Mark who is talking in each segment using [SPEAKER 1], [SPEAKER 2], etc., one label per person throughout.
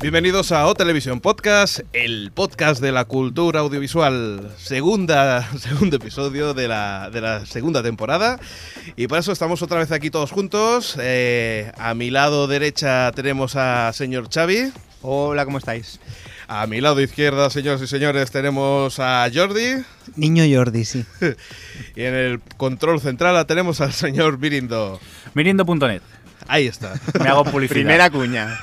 [SPEAKER 1] Bienvenidos a O Televisión Podcast, el podcast de la cultura audiovisual, segunda, segundo episodio de la, de la segunda temporada. Y por eso estamos otra vez aquí todos juntos. Eh, a mi lado derecha tenemos a señor Xavi.
[SPEAKER 2] Hola, ¿cómo estáis?
[SPEAKER 1] A mi lado izquierda, señoras y señores, tenemos a Jordi.
[SPEAKER 2] Niño Jordi, sí.
[SPEAKER 1] Y en el control central tenemos al señor Mirindo.
[SPEAKER 3] Mirindo.net.
[SPEAKER 1] Ahí está.
[SPEAKER 3] Me
[SPEAKER 2] Oh,
[SPEAKER 3] hago publicidad.
[SPEAKER 2] Primera cuña.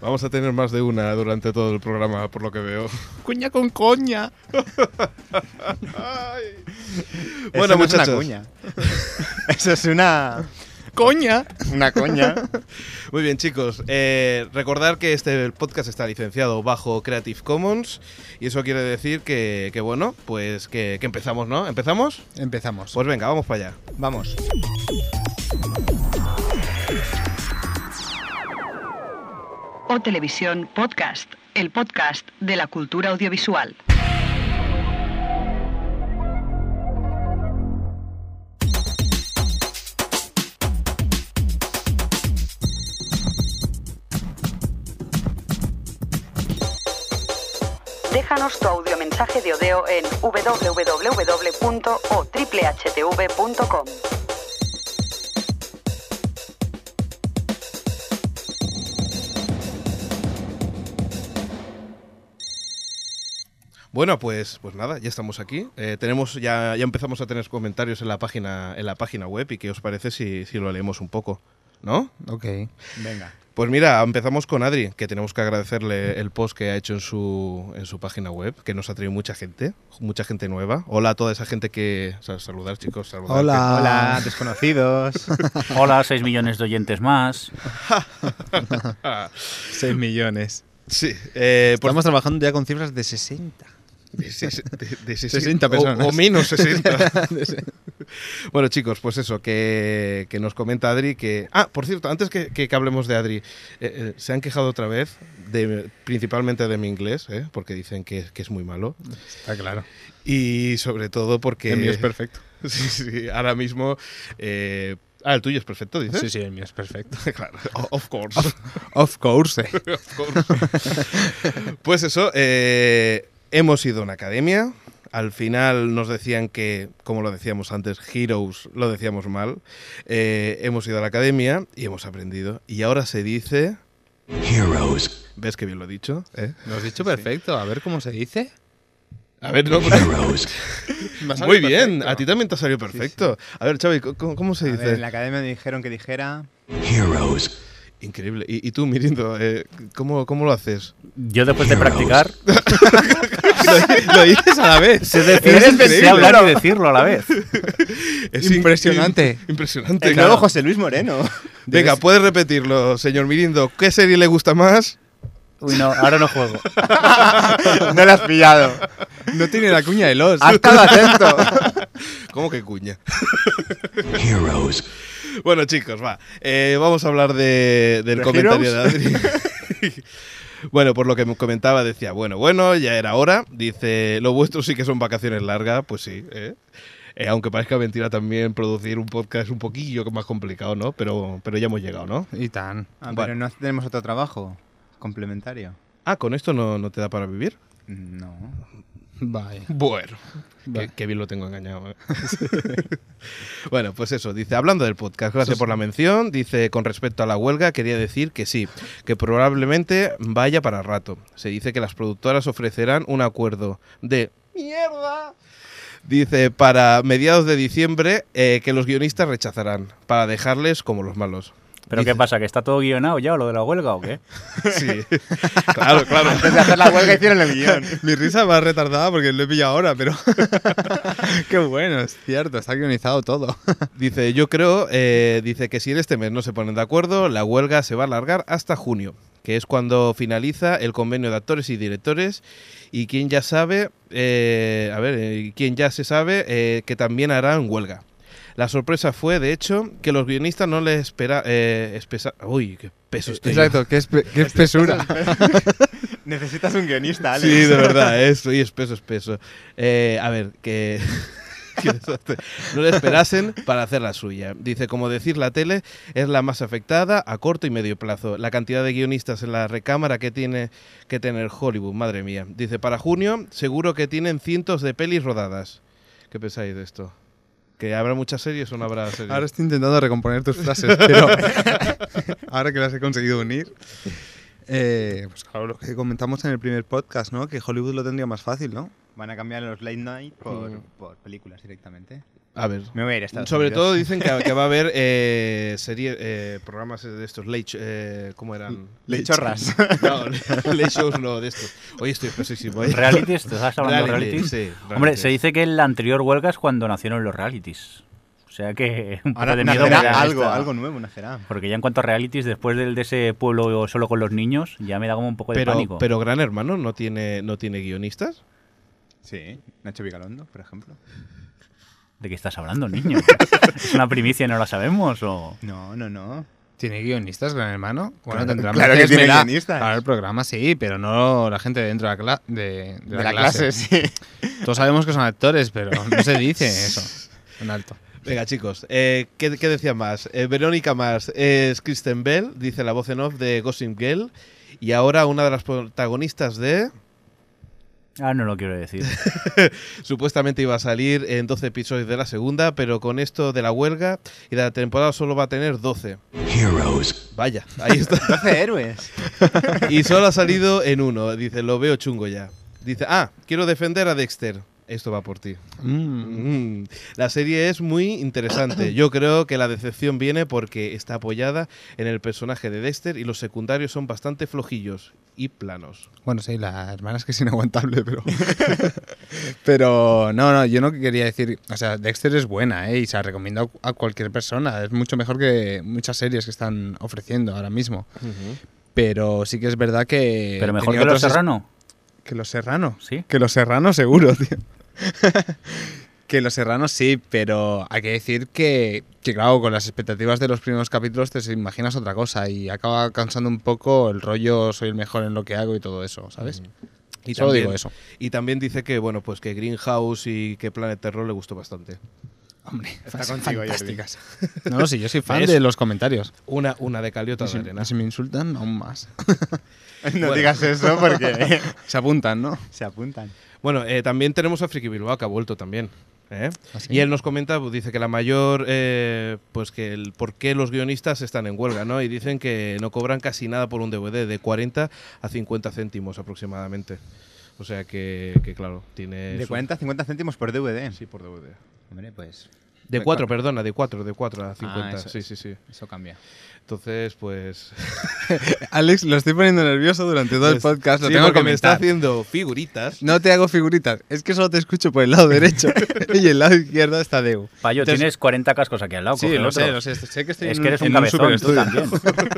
[SPEAKER 1] Vamos a tener más de una durante todo el programa, por lo que veo.
[SPEAKER 2] cuña con coña.
[SPEAKER 1] Ay.
[SPEAKER 2] Eso
[SPEAKER 1] Bueno,
[SPEAKER 2] no es una
[SPEAKER 1] muchachos.
[SPEAKER 2] cuña. Eso es una coña. Una coña.
[SPEAKER 1] Muy bien, chicos. Eh, recordar que este podcast está licenciado bajo Creative Commons y eso quiere decir que, que bueno, pues que, que empezamos, ¿no? ¿Empezamos?
[SPEAKER 2] Empezamos.
[SPEAKER 1] Pues venga, vamos para allá.
[SPEAKER 2] Vamos.
[SPEAKER 4] O Televisión Podcast, el podcast de la cultura audiovisual. Déjanos tu audiomensaje de Odeo en www.otriplehtv.com.
[SPEAKER 1] Bueno, pues, pues nada, ya estamos aquí. Eh, tenemos, ya, ya empezamos a tener comentarios en la página, en la página web y qué os parece si, si lo leemos un poco, ¿no?
[SPEAKER 2] Ok. Venga.
[SPEAKER 1] Pues mira, empezamos con Adri, que tenemos que agradecerle el post que ha hecho en su, en su página web, que nos ha traído mucha gente, mucha gente nueva. Hola a toda esa gente que... o sea, saludar, chicos, saludar.
[SPEAKER 5] Hola.
[SPEAKER 2] Hola, desconocidos.
[SPEAKER 3] Hola, 6 millones de oyentes más.
[SPEAKER 5] Ah,
[SPEAKER 2] 6 millones.
[SPEAKER 1] Sí, eh, por-
[SPEAKER 5] Estamos trabajando ya con cifras de 60.
[SPEAKER 1] de, ses- de- de
[SPEAKER 5] 60
[SPEAKER 1] o-
[SPEAKER 5] personas.
[SPEAKER 1] O, menos 60. bueno, chicos, pues eso, que, que nos comenta Adri que... Ah, por cierto, antes que, que- que hablemos de Adri, eh, eh, se han quejado otra vez, de, principalmente de mi inglés, ¿eh? porque dicen que, que es muy malo.
[SPEAKER 5] Está claro.
[SPEAKER 1] Y sobre todo porque...
[SPEAKER 5] El mío es perfecto.
[SPEAKER 1] Sí, sí, ahora mismo... eh, Ah, el tuyo es perfecto, dices.
[SPEAKER 5] Sí, sí, el mío es perfecto.
[SPEAKER 1] Claro, o- of course.
[SPEAKER 5] Of course.
[SPEAKER 1] Of course. pues eso, eh, hemos ido a una academia. Al final nos decían que, como lo decíamos antes, Heroes lo decíamos mal. Eh, hemos ido a la academia y hemos aprendido. Y ahora se dice.
[SPEAKER 6] Heroes.
[SPEAKER 1] ¿Ves que bien lo he dicho? eh?
[SPEAKER 5] Lo has dicho perfecto. A ver cómo se dice.
[SPEAKER 1] A ver, no, porque-
[SPEAKER 6] Heroes.
[SPEAKER 1] Muy bien, a ti también te ha salido perfecto. A ver, Xavi, ¿cómo, cómo se
[SPEAKER 2] A
[SPEAKER 1] dice?
[SPEAKER 2] ver, en la academia me dijeron que dijera.
[SPEAKER 6] Heroes.
[SPEAKER 1] Increíble. Y, y tú, Mirindo, eh, ¿cómo, ¿cómo lo haces?
[SPEAKER 3] Yo después de
[SPEAKER 6] Heroes.
[SPEAKER 3] practicar,
[SPEAKER 5] lo, lo dices a la vez.
[SPEAKER 3] sé decir,
[SPEAKER 5] Eres
[SPEAKER 3] sé
[SPEAKER 5] increíble.
[SPEAKER 3] hablar y decirlo a la vez.
[SPEAKER 1] Es in-
[SPEAKER 5] Impresionante.
[SPEAKER 1] Impresionante.
[SPEAKER 2] El nuevo José Luis Moreno.
[SPEAKER 1] Venga, puedes repetirlo, señor Mirindo. ¿Qué serie le gusta más?
[SPEAKER 3] Uy, no, ahora no juego.
[SPEAKER 2] no lo has pillado.
[SPEAKER 5] No tiene la cuña de los.
[SPEAKER 2] Has estado atento.
[SPEAKER 1] Ah, ¿Cómo que cuña?
[SPEAKER 6] Heroes.
[SPEAKER 1] Bueno, chicos, va. Eh, vamos a hablar de- del
[SPEAKER 2] ¿De
[SPEAKER 1] comentario
[SPEAKER 2] Heroes?
[SPEAKER 1] de Adri. bueno, por lo que me comentaba, decía, bueno, bueno, ya era hora. Dice, lo vuestro sí que son vacaciones largas, pues sí. ¿eh? Eh, aunque parezca mentira también producir un podcast es un poquillo más complicado, ¿no? Pero, pero ya hemos llegado, ¿no?
[SPEAKER 5] Y tan.
[SPEAKER 2] Ah,
[SPEAKER 1] Vale.
[SPEAKER 2] pero no tenemos otro trabajo complementario.
[SPEAKER 1] Ah, con esto no, no te da para vivir.
[SPEAKER 2] No.
[SPEAKER 5] Vaya.
[SPEAKER 1] Bueno, qué, qué bien lo tengo engañado. ¿eh? bueno, pues eso, dice, hablando del podcast, gracias por la mención, dice, con respecto a la huelga, quería decir que sí, que probablemente vaya para rato. Se dice que las productoras ofrecerán un acuerdo de... ¡Mierda! Dice, para mediados de diciembre, eh, que los guionistas rechazarán, para dejarles como los malos.
[SPEAKER 3] ¿Pero qué
[SPEAKER 1] Dice-
[SPEAKER 3] pasa? ¿Que está todo guionado ya lo de la huelga o qué?
[SPEAKER 1] Sí, claro, claro.
[SPEAKER 2] Antes de hacer la huelga hicieron el guión.
[SPEAKER 5] Mi risa va retardada porque lo he pillado ahora, pero. Qué bueno, es cierto. Está guionizado todo.
[SPEAKER 1] Dice, yo creo, eh, dice que si en este mes no se ponen de acuerdo, la huelga se va a alargar hasta junio, que es cuando finaliza el convenio de actores y directores y quien ya sabe, eh, a ver, eh, quien ya se sabe eh, que también harán huelga. La sorpresa fue, de hecho, que los guionistas no les espera, eh, espesa- Uy, qué peso estoy yo.
[SPEAKER 5] Exacto, qué, espe- qué espesura.
[SPEAKER 2] Necesitas un guionista, Alex.
[SPEAKER 1] Sí, de verdad, eh, soy espeso, espeso. Eh, a ver, que... qué desastre. No le esperasen para hacer la suya. Dice, como decir, la tele es la más afectada a corto y medio plazo. La cantidad de guionistas en la recámara que tiene que tener Hollywood, madre mía. Dice, para junio seguro que tienen cientos de pelis rodadas. ¿Qué pensáis de esto? ¿Que habrá muchas series o no habrá series?
[SPEAKER 5] Ahora estoy intentando recomponer tus frases, pero ahora que las he conseguido unir, eh, pues claro, lo que comentamos en el primer podcast, ¿no? Que Hollywood lo tendría más fácil, ¿no?
[SPEAKER 2] Van a cambiar los late night por, por películas directamente.
[SPEAKER 1] A ver.
[SPEAKER 2] Me voy a ir a Estados
[SPEAKER 1] Sobre
[SPEAKER 2] Unidos.
[SPEAKER 1] todo dicen que, que va a haber eh, serie- eh, programas de estos, late, sh- eh, ¿cómo eran?
[SPEAKER 2] Late chorras.
[SPEAKER 1] No, late shows no, de estos. Hoy estoy expresísimo. ¿eh?
[SPEAKER 3] ¿Realities? ¿Te estás hablando de
[SPEAKER 1] Reality,
[SPEAKER 3] realities?
[SPEAKER 1] sí,
[SPEAKER 3] Hombre,
[SPEAKER 1] realities.
[SPEAKER 3] se dice que la anterior huelga es cuando nacieron los realities. O sea que un poco
[SPEAKER 2] Ahora
[SPEAKER 3] de miedo me
[SPEAKER 2] nacerá
[SPEAKER 3] da
[SPEAKER 2] algo,
[SPEAKER 3] esta-
[SPEAKER 2] algo nuevo nacerá.
[SPEAKER 3] Porque ya en cuanto a realities, después del de ese pueblo solo con los niños, ya me da como un poco de
[SPEAKER 1] Pero,
[SPEAKER 3] pánico.
[SPEAKER 1] pero Gran Hermano no tiene, no tiene guionistas.
[SPEAKER 2] Sí, Nacho Vigalondo, por ejemplo.
[SPEAKER 3] ¿De qué estás hablando, niño? ¿Es una primicia y no la sabemos? O...
[SPEAKER 2] No, no, no.
[SPEAKER 5] ¿Tiene guionistas, gran hermano? Bueno,
[SPEAKER 2] Claro-
[SPEAKER 5] tendrá
[SPEAKER 2] claro
[SPEAKER 5] más
[SPEAKER 2] que tiene
[SPEAKER 5] esmera
[SPEAKER 2] guionistas.
[SPEAKER 5] Para el programa sí, pero no la gente dentro de la, cla- de, de
[SPEAKER 2] De la clase, sí.
[SPEAKER 5] Todos sabemos que son actores, pero no se dice eso en alto.
[SPEAKER 1] Venga, chicos, eh, ¿qué, qué decía más? Eh, Verónica más es Kristen Bell, dice la voz en off de Gossip Girl, y ahora una de las protagonistas de...
[SPEAKER 3] Ah, no lo quiero decir.
[SPEAKER 1] Supuestamente iba a salir en 12 episodios de la segunda, pero con esto de la huelga y de la temporada solo va a tener 12.
[SPEAKER 6] Heroes.
[SPEAKER 1] Vaya, ahí está.
[SPEAKER 2] 12 héroes.
[SPEAKER 1] Y solo ha salido en uno. Dice, lo veo chungo ya. Dice, ah, quiero defender a Dexter. Esto va por ti. Mm. La serie es muy interesante. Yo creo que la decepción viene porque está apoyada en el personaje de Dexter y los secundarios son bastante flojillos y planos.
[SPEAKER 5] Bueno, sí, la hermana es que es inaguantable, pero. pero no, no, yo no quería decir. O sea, Dexter es buena, ¿eh? Y se la recomiendo a- a cualquier persona. Es mucho mejor que muchas series que están ofreciendo ahora mismo. Pero sí que es verdad que.
[SPEAKER 3] Pero mejor
[SPEAKER 5] tenía
[SPEAKER 3] que los
[SPEAKER 5] otros es-
[SPEAKER 3] Serrano.
[SPEAKER 5] Que los Serrano.
[SPEAKER 3] Sí.
[SPEAKER 5] Que los Serrano, seguro, tío. que los Serrano sí, pero hay que decir que, que, claro, con las expectativas de los primeros capítulos te imaginas otra cosa y acaba cansando un poco el rollo soy el mejor en lo que hago y todo eso, ¿sabes?
[SPEAKER 1] Y
[SPEAKER 5] Solo
[SPEAKER 1] también-
[SPEAKER 5] digo eso.
[SPEAKER 1] Y también dice que, bueno, pues que Greenhouse y que Planet Terror le gustó bastante.
[SPEAKER 5] Hombre,
[SPEAKER 2] Está
[SPEAKER 5] son
[SPEAKER 2] contigo,
[SPEAKER 5] fantásticas. No, sí, yo soy fan
[SPEAKER 1] ¿Ves?
[SPEAKER 5] de los comentarios.
[SPEAKER 1] Una, una de caliota
[SPEAKER 5] Y
[SPEAKER 1] de
[SPEAKER 5] Si,
[SPEAKER 1] arena.
[SPEAKER 5] y si me insultan, aún más.
[SPEAKER 2] No digas eso porque
[SPEAKER 5] Se apuntan, ¿no?
[SPEAKER 2] se apuntan.
[SPEAKER 1] Bueno, eh, también tenemos a Friki Bilbao que ha vuelto también. ¿eh?
[SPEAKER 5] ¿Ah, sí?
[SPEAKER 1] Y él nos comenta, pues, dice que la mayor, eh, pues que el por qué los guionistas están en huelga, ¿no? Y dicen que no cobran casi nada por un DVD, de 40 a 50 céntimos aproximadamente. O sea que, que, claro, tiene...
[SPEAKER 2] De
[SPEAKER 1] su-
[SPEAKER 2] 40 a 50 céntimos Eh, por DVD.
[SPEAKER 1] Sí, por DVD.
[SPEAKER 2] Hombre, pues
[SPEAKER 1] De
[SPEAKER 2] De
[SPEAKER 1] 4, perdona, de 4, de 4
[SPEAKER 5] Ah,
[SPEAKER 1] a 50.
[SPEAKER 2] eso
[SPEAKER 1] sí,
[SPEAKER 2] es.
[SPEAKER 1] sí, sí.
[SPEAKER 2] eso cambia.
[SPEAKER 1] Entonces, pues...
[SPEAKER 5] Alex, lo estoy poniendo nervioso durante todo el
[SPEAKER 1] pues,
[SPEAKER 5] podcast. Lo
[SPEAKER 1] sí,
[SPEAKER 5] tengo que
[SPEAKER 1] porque me está
[SPEAKER 5] comentar.
[SPEAKER 1] haciendo figuritas.
[SPEAKER 5] No te hago figuritas, es que solo te escucho por el lado derecho y el lado izquierdo está Deu.
[SPEAKER 3] Payo,
[SPEAKER 5] Entonces-
[SPEAKER 3] tienes 40 cascos aquí al lado.
[SPEAKER 5] Sí,
[SPEAKER 3] coge
[SPEAKER 5] lo
[SPEAKER 3] otro.
[SPEAKER 5] sé, lo sé. Sé que estoy
[SPEAKER 3] Es
[SPEAKER 5] en
[SPEAKER 3] que eres un
[SPEAKER 5] en
[SPEAKER 3] cabezón, tú
[SPEAKER 5] superestudio.
[SPEAKER 3] también.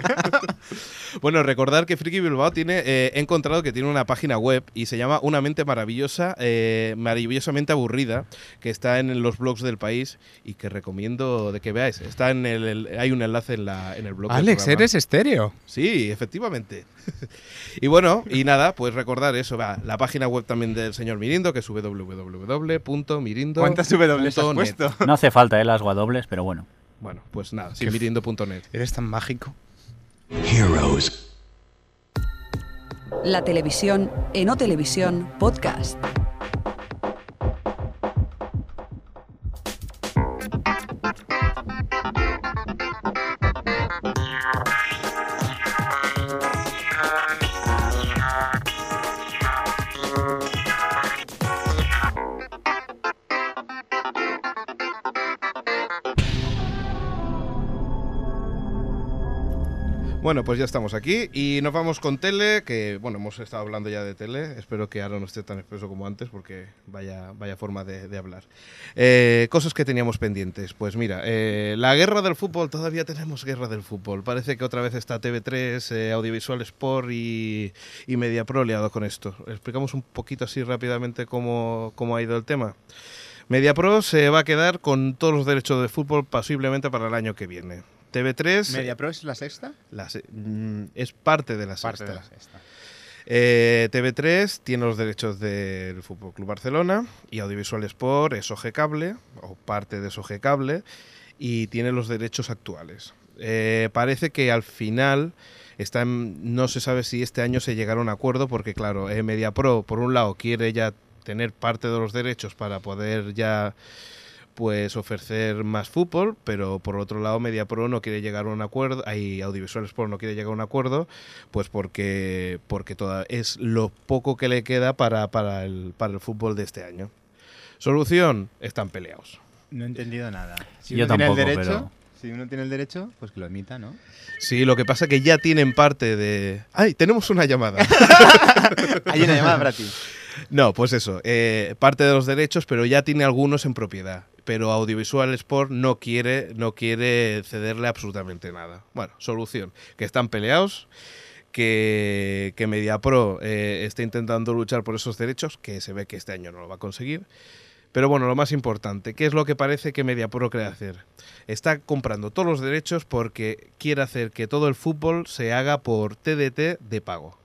[SPEAKER 1] Bueno, recordar que Friki Bilbao tiene, eh, he encontrado que tiene una página web y se llama Una Mente Maravillosa, eh, maravillosamente aburrida, que está en los blogs del país y que recomiendo de que veáis. Está en el, el- hay un enlace en, la, en el blog. del
[SPEAKER 5] Alex,
[SPEAKER 1] programa.
[SPEAKER 5] eres estéreo.
[SPEAKER 1] Sí, efectivamente. y bueno, y nada, pues recordar eso, va, la página web también del señor Mirindo, que es www.mirindo.
[SPEAKER 2] ¿Cuántas W has
[SPEAKER 1] punto net.
[SPEAKER 2] puesto?
[SPEAKER 3] No hace falta, ¿eh? Las guadobles, pero bueno.
[SPEAKER 1] Bueno, pues nada,
[SPEAKER 5] Qué
[SPEAKER 1] sí,
[SPEAKER 5] f-
[SPEAKER 1] mirindo.net.
[SPEAKER 5] Eres tan mágico.
[SPEAKER 6] Heroes.
[SPEAKER 4] La televisión en O Televisión Podcast.
[SPEAKER 1] Bueno, pues ya estamos aquí y nos vamos con tele, que bueno, hemos estado hablando ya de tele, espero que ahora no esté tan expreso como antes porque vaya, vaya forma de, de hablar. Eh, cosas que teníamos pendientes, pues mira, eh, la guerra del fútbol, todavía tenemos guerra del fútbol, parece que otra vez está TV3, eh, Audiovisual Sport y, y MediaPro liados con esto. Explicamos un poquito así rápidamente cómo, cómo ha ido el tema. MediaPro se va a quedar con todos los derechos de fútbol posiblemente para el año que viene. TV3
[SPEAKER 5] ¿MediaPro es la sexta?
[SPEAKER 1] la se- mm, es parte de la
[SPEAKER 5] Parte
[SPEAKER 1] sexta.
[SPEAKER 5] de la sexta.
[SPEAKER 1] Eh, TV3 tiene los derechos del Fútbol Club Barcelona y Audiovisual Sport es OG Cable o parte de SOG Cable y tiene los derechos actuales. Eh, parece que al final está en- no se sabe si este año se llegará a un acuerdo porque claro, eh, MediaPro por un lado quiere ya tener parte de los derechos para poder ya pues ofrecer más fútbol, pero por otro lado MediaPro no quiere llegar a un acuerdo, hay Audiovisual Sport no quiere llegar a un acuerdo, pues porque porque toda, es lo poco que le queda para, para, el, para el fútbol de este año. Solución, están peleados.
[SPEAKER 5] No he entendido nada. Si
[SPEAKER 3] Yo
[SPEAKER 5] uno tiene el
[SPEAKER 3] tampoco,
[SPEAKER 5] derecho,
[SPEAKER 3] pero-
[SPEAKER 5] Si uno tiene el derecho, pues que lo emita, ¿no?
[SPEAKER 1] Sí, lo que pasa que ya tienen parte de... ¡Ay, tenemos una llamada!
[SPEAKER 5] Hay una llamada para ti.
[SPEAKER 1] No, pues eso, eh, parte de los derechos, pero ya tiene algunos en propiedad. Pero Audiovisual Sport no quiere, no quiere cederle absolutamente nada. Bueno, solución, que están peleados, que, que MediaPro eh, está intentando luchar por esos derechos, que se ve que este año no lo va a conseguir. Pero bueno, lo más importante, ¿qué es lo que parece que MediaPro quiere hacer? Está comprando todos los derechos porque quiere hacer que todo el fútbol se haga por TDT de pago.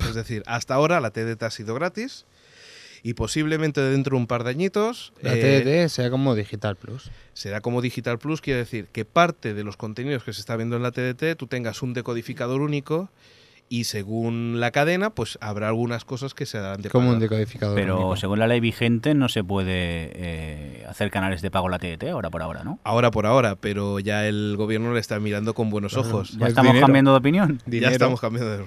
[SPEAKER 1] Es decir, hasta ahora la TDT ha sido gratis y posiblemente dentro de un par de añitos
[SPEAKER 5] La
[SPEAKER 1] eh,
[SPEAKER 5] TDT sea como Digital Plus.
[SPEAKER 1] será como Digital Plus, quiere decir que parte de los contenidos que se está viendo en la TDT tú tengas un decodificador único y según la cadena pues habrá algunas cosas que se darán de
[SPEAKER 5] como
[SPEAKER 1] pago.
[SPEAKER 5] un decodificador.
[SPEAKER 3] Pero
[SPEAKER 5] único.
[SPEAKER 3] según la ley vigente no se puede eh, hacer canales de pago la TDT ahora por ahora, ¿no?
[SPEAKER 1] Ahora por ahora, pero ya el gobierno le está mirando con buenos ojos.
[SPEAKER 3] Ya
[SPEAKER 5] Es
[SPEAKER 3] estamos
[SPEAKER 5] dinero.
[SPEAKER 3] cambiando de opinión.
[SPEAKER 5] Dinero.
[SPEAKER 1] Ya estamos cambiando de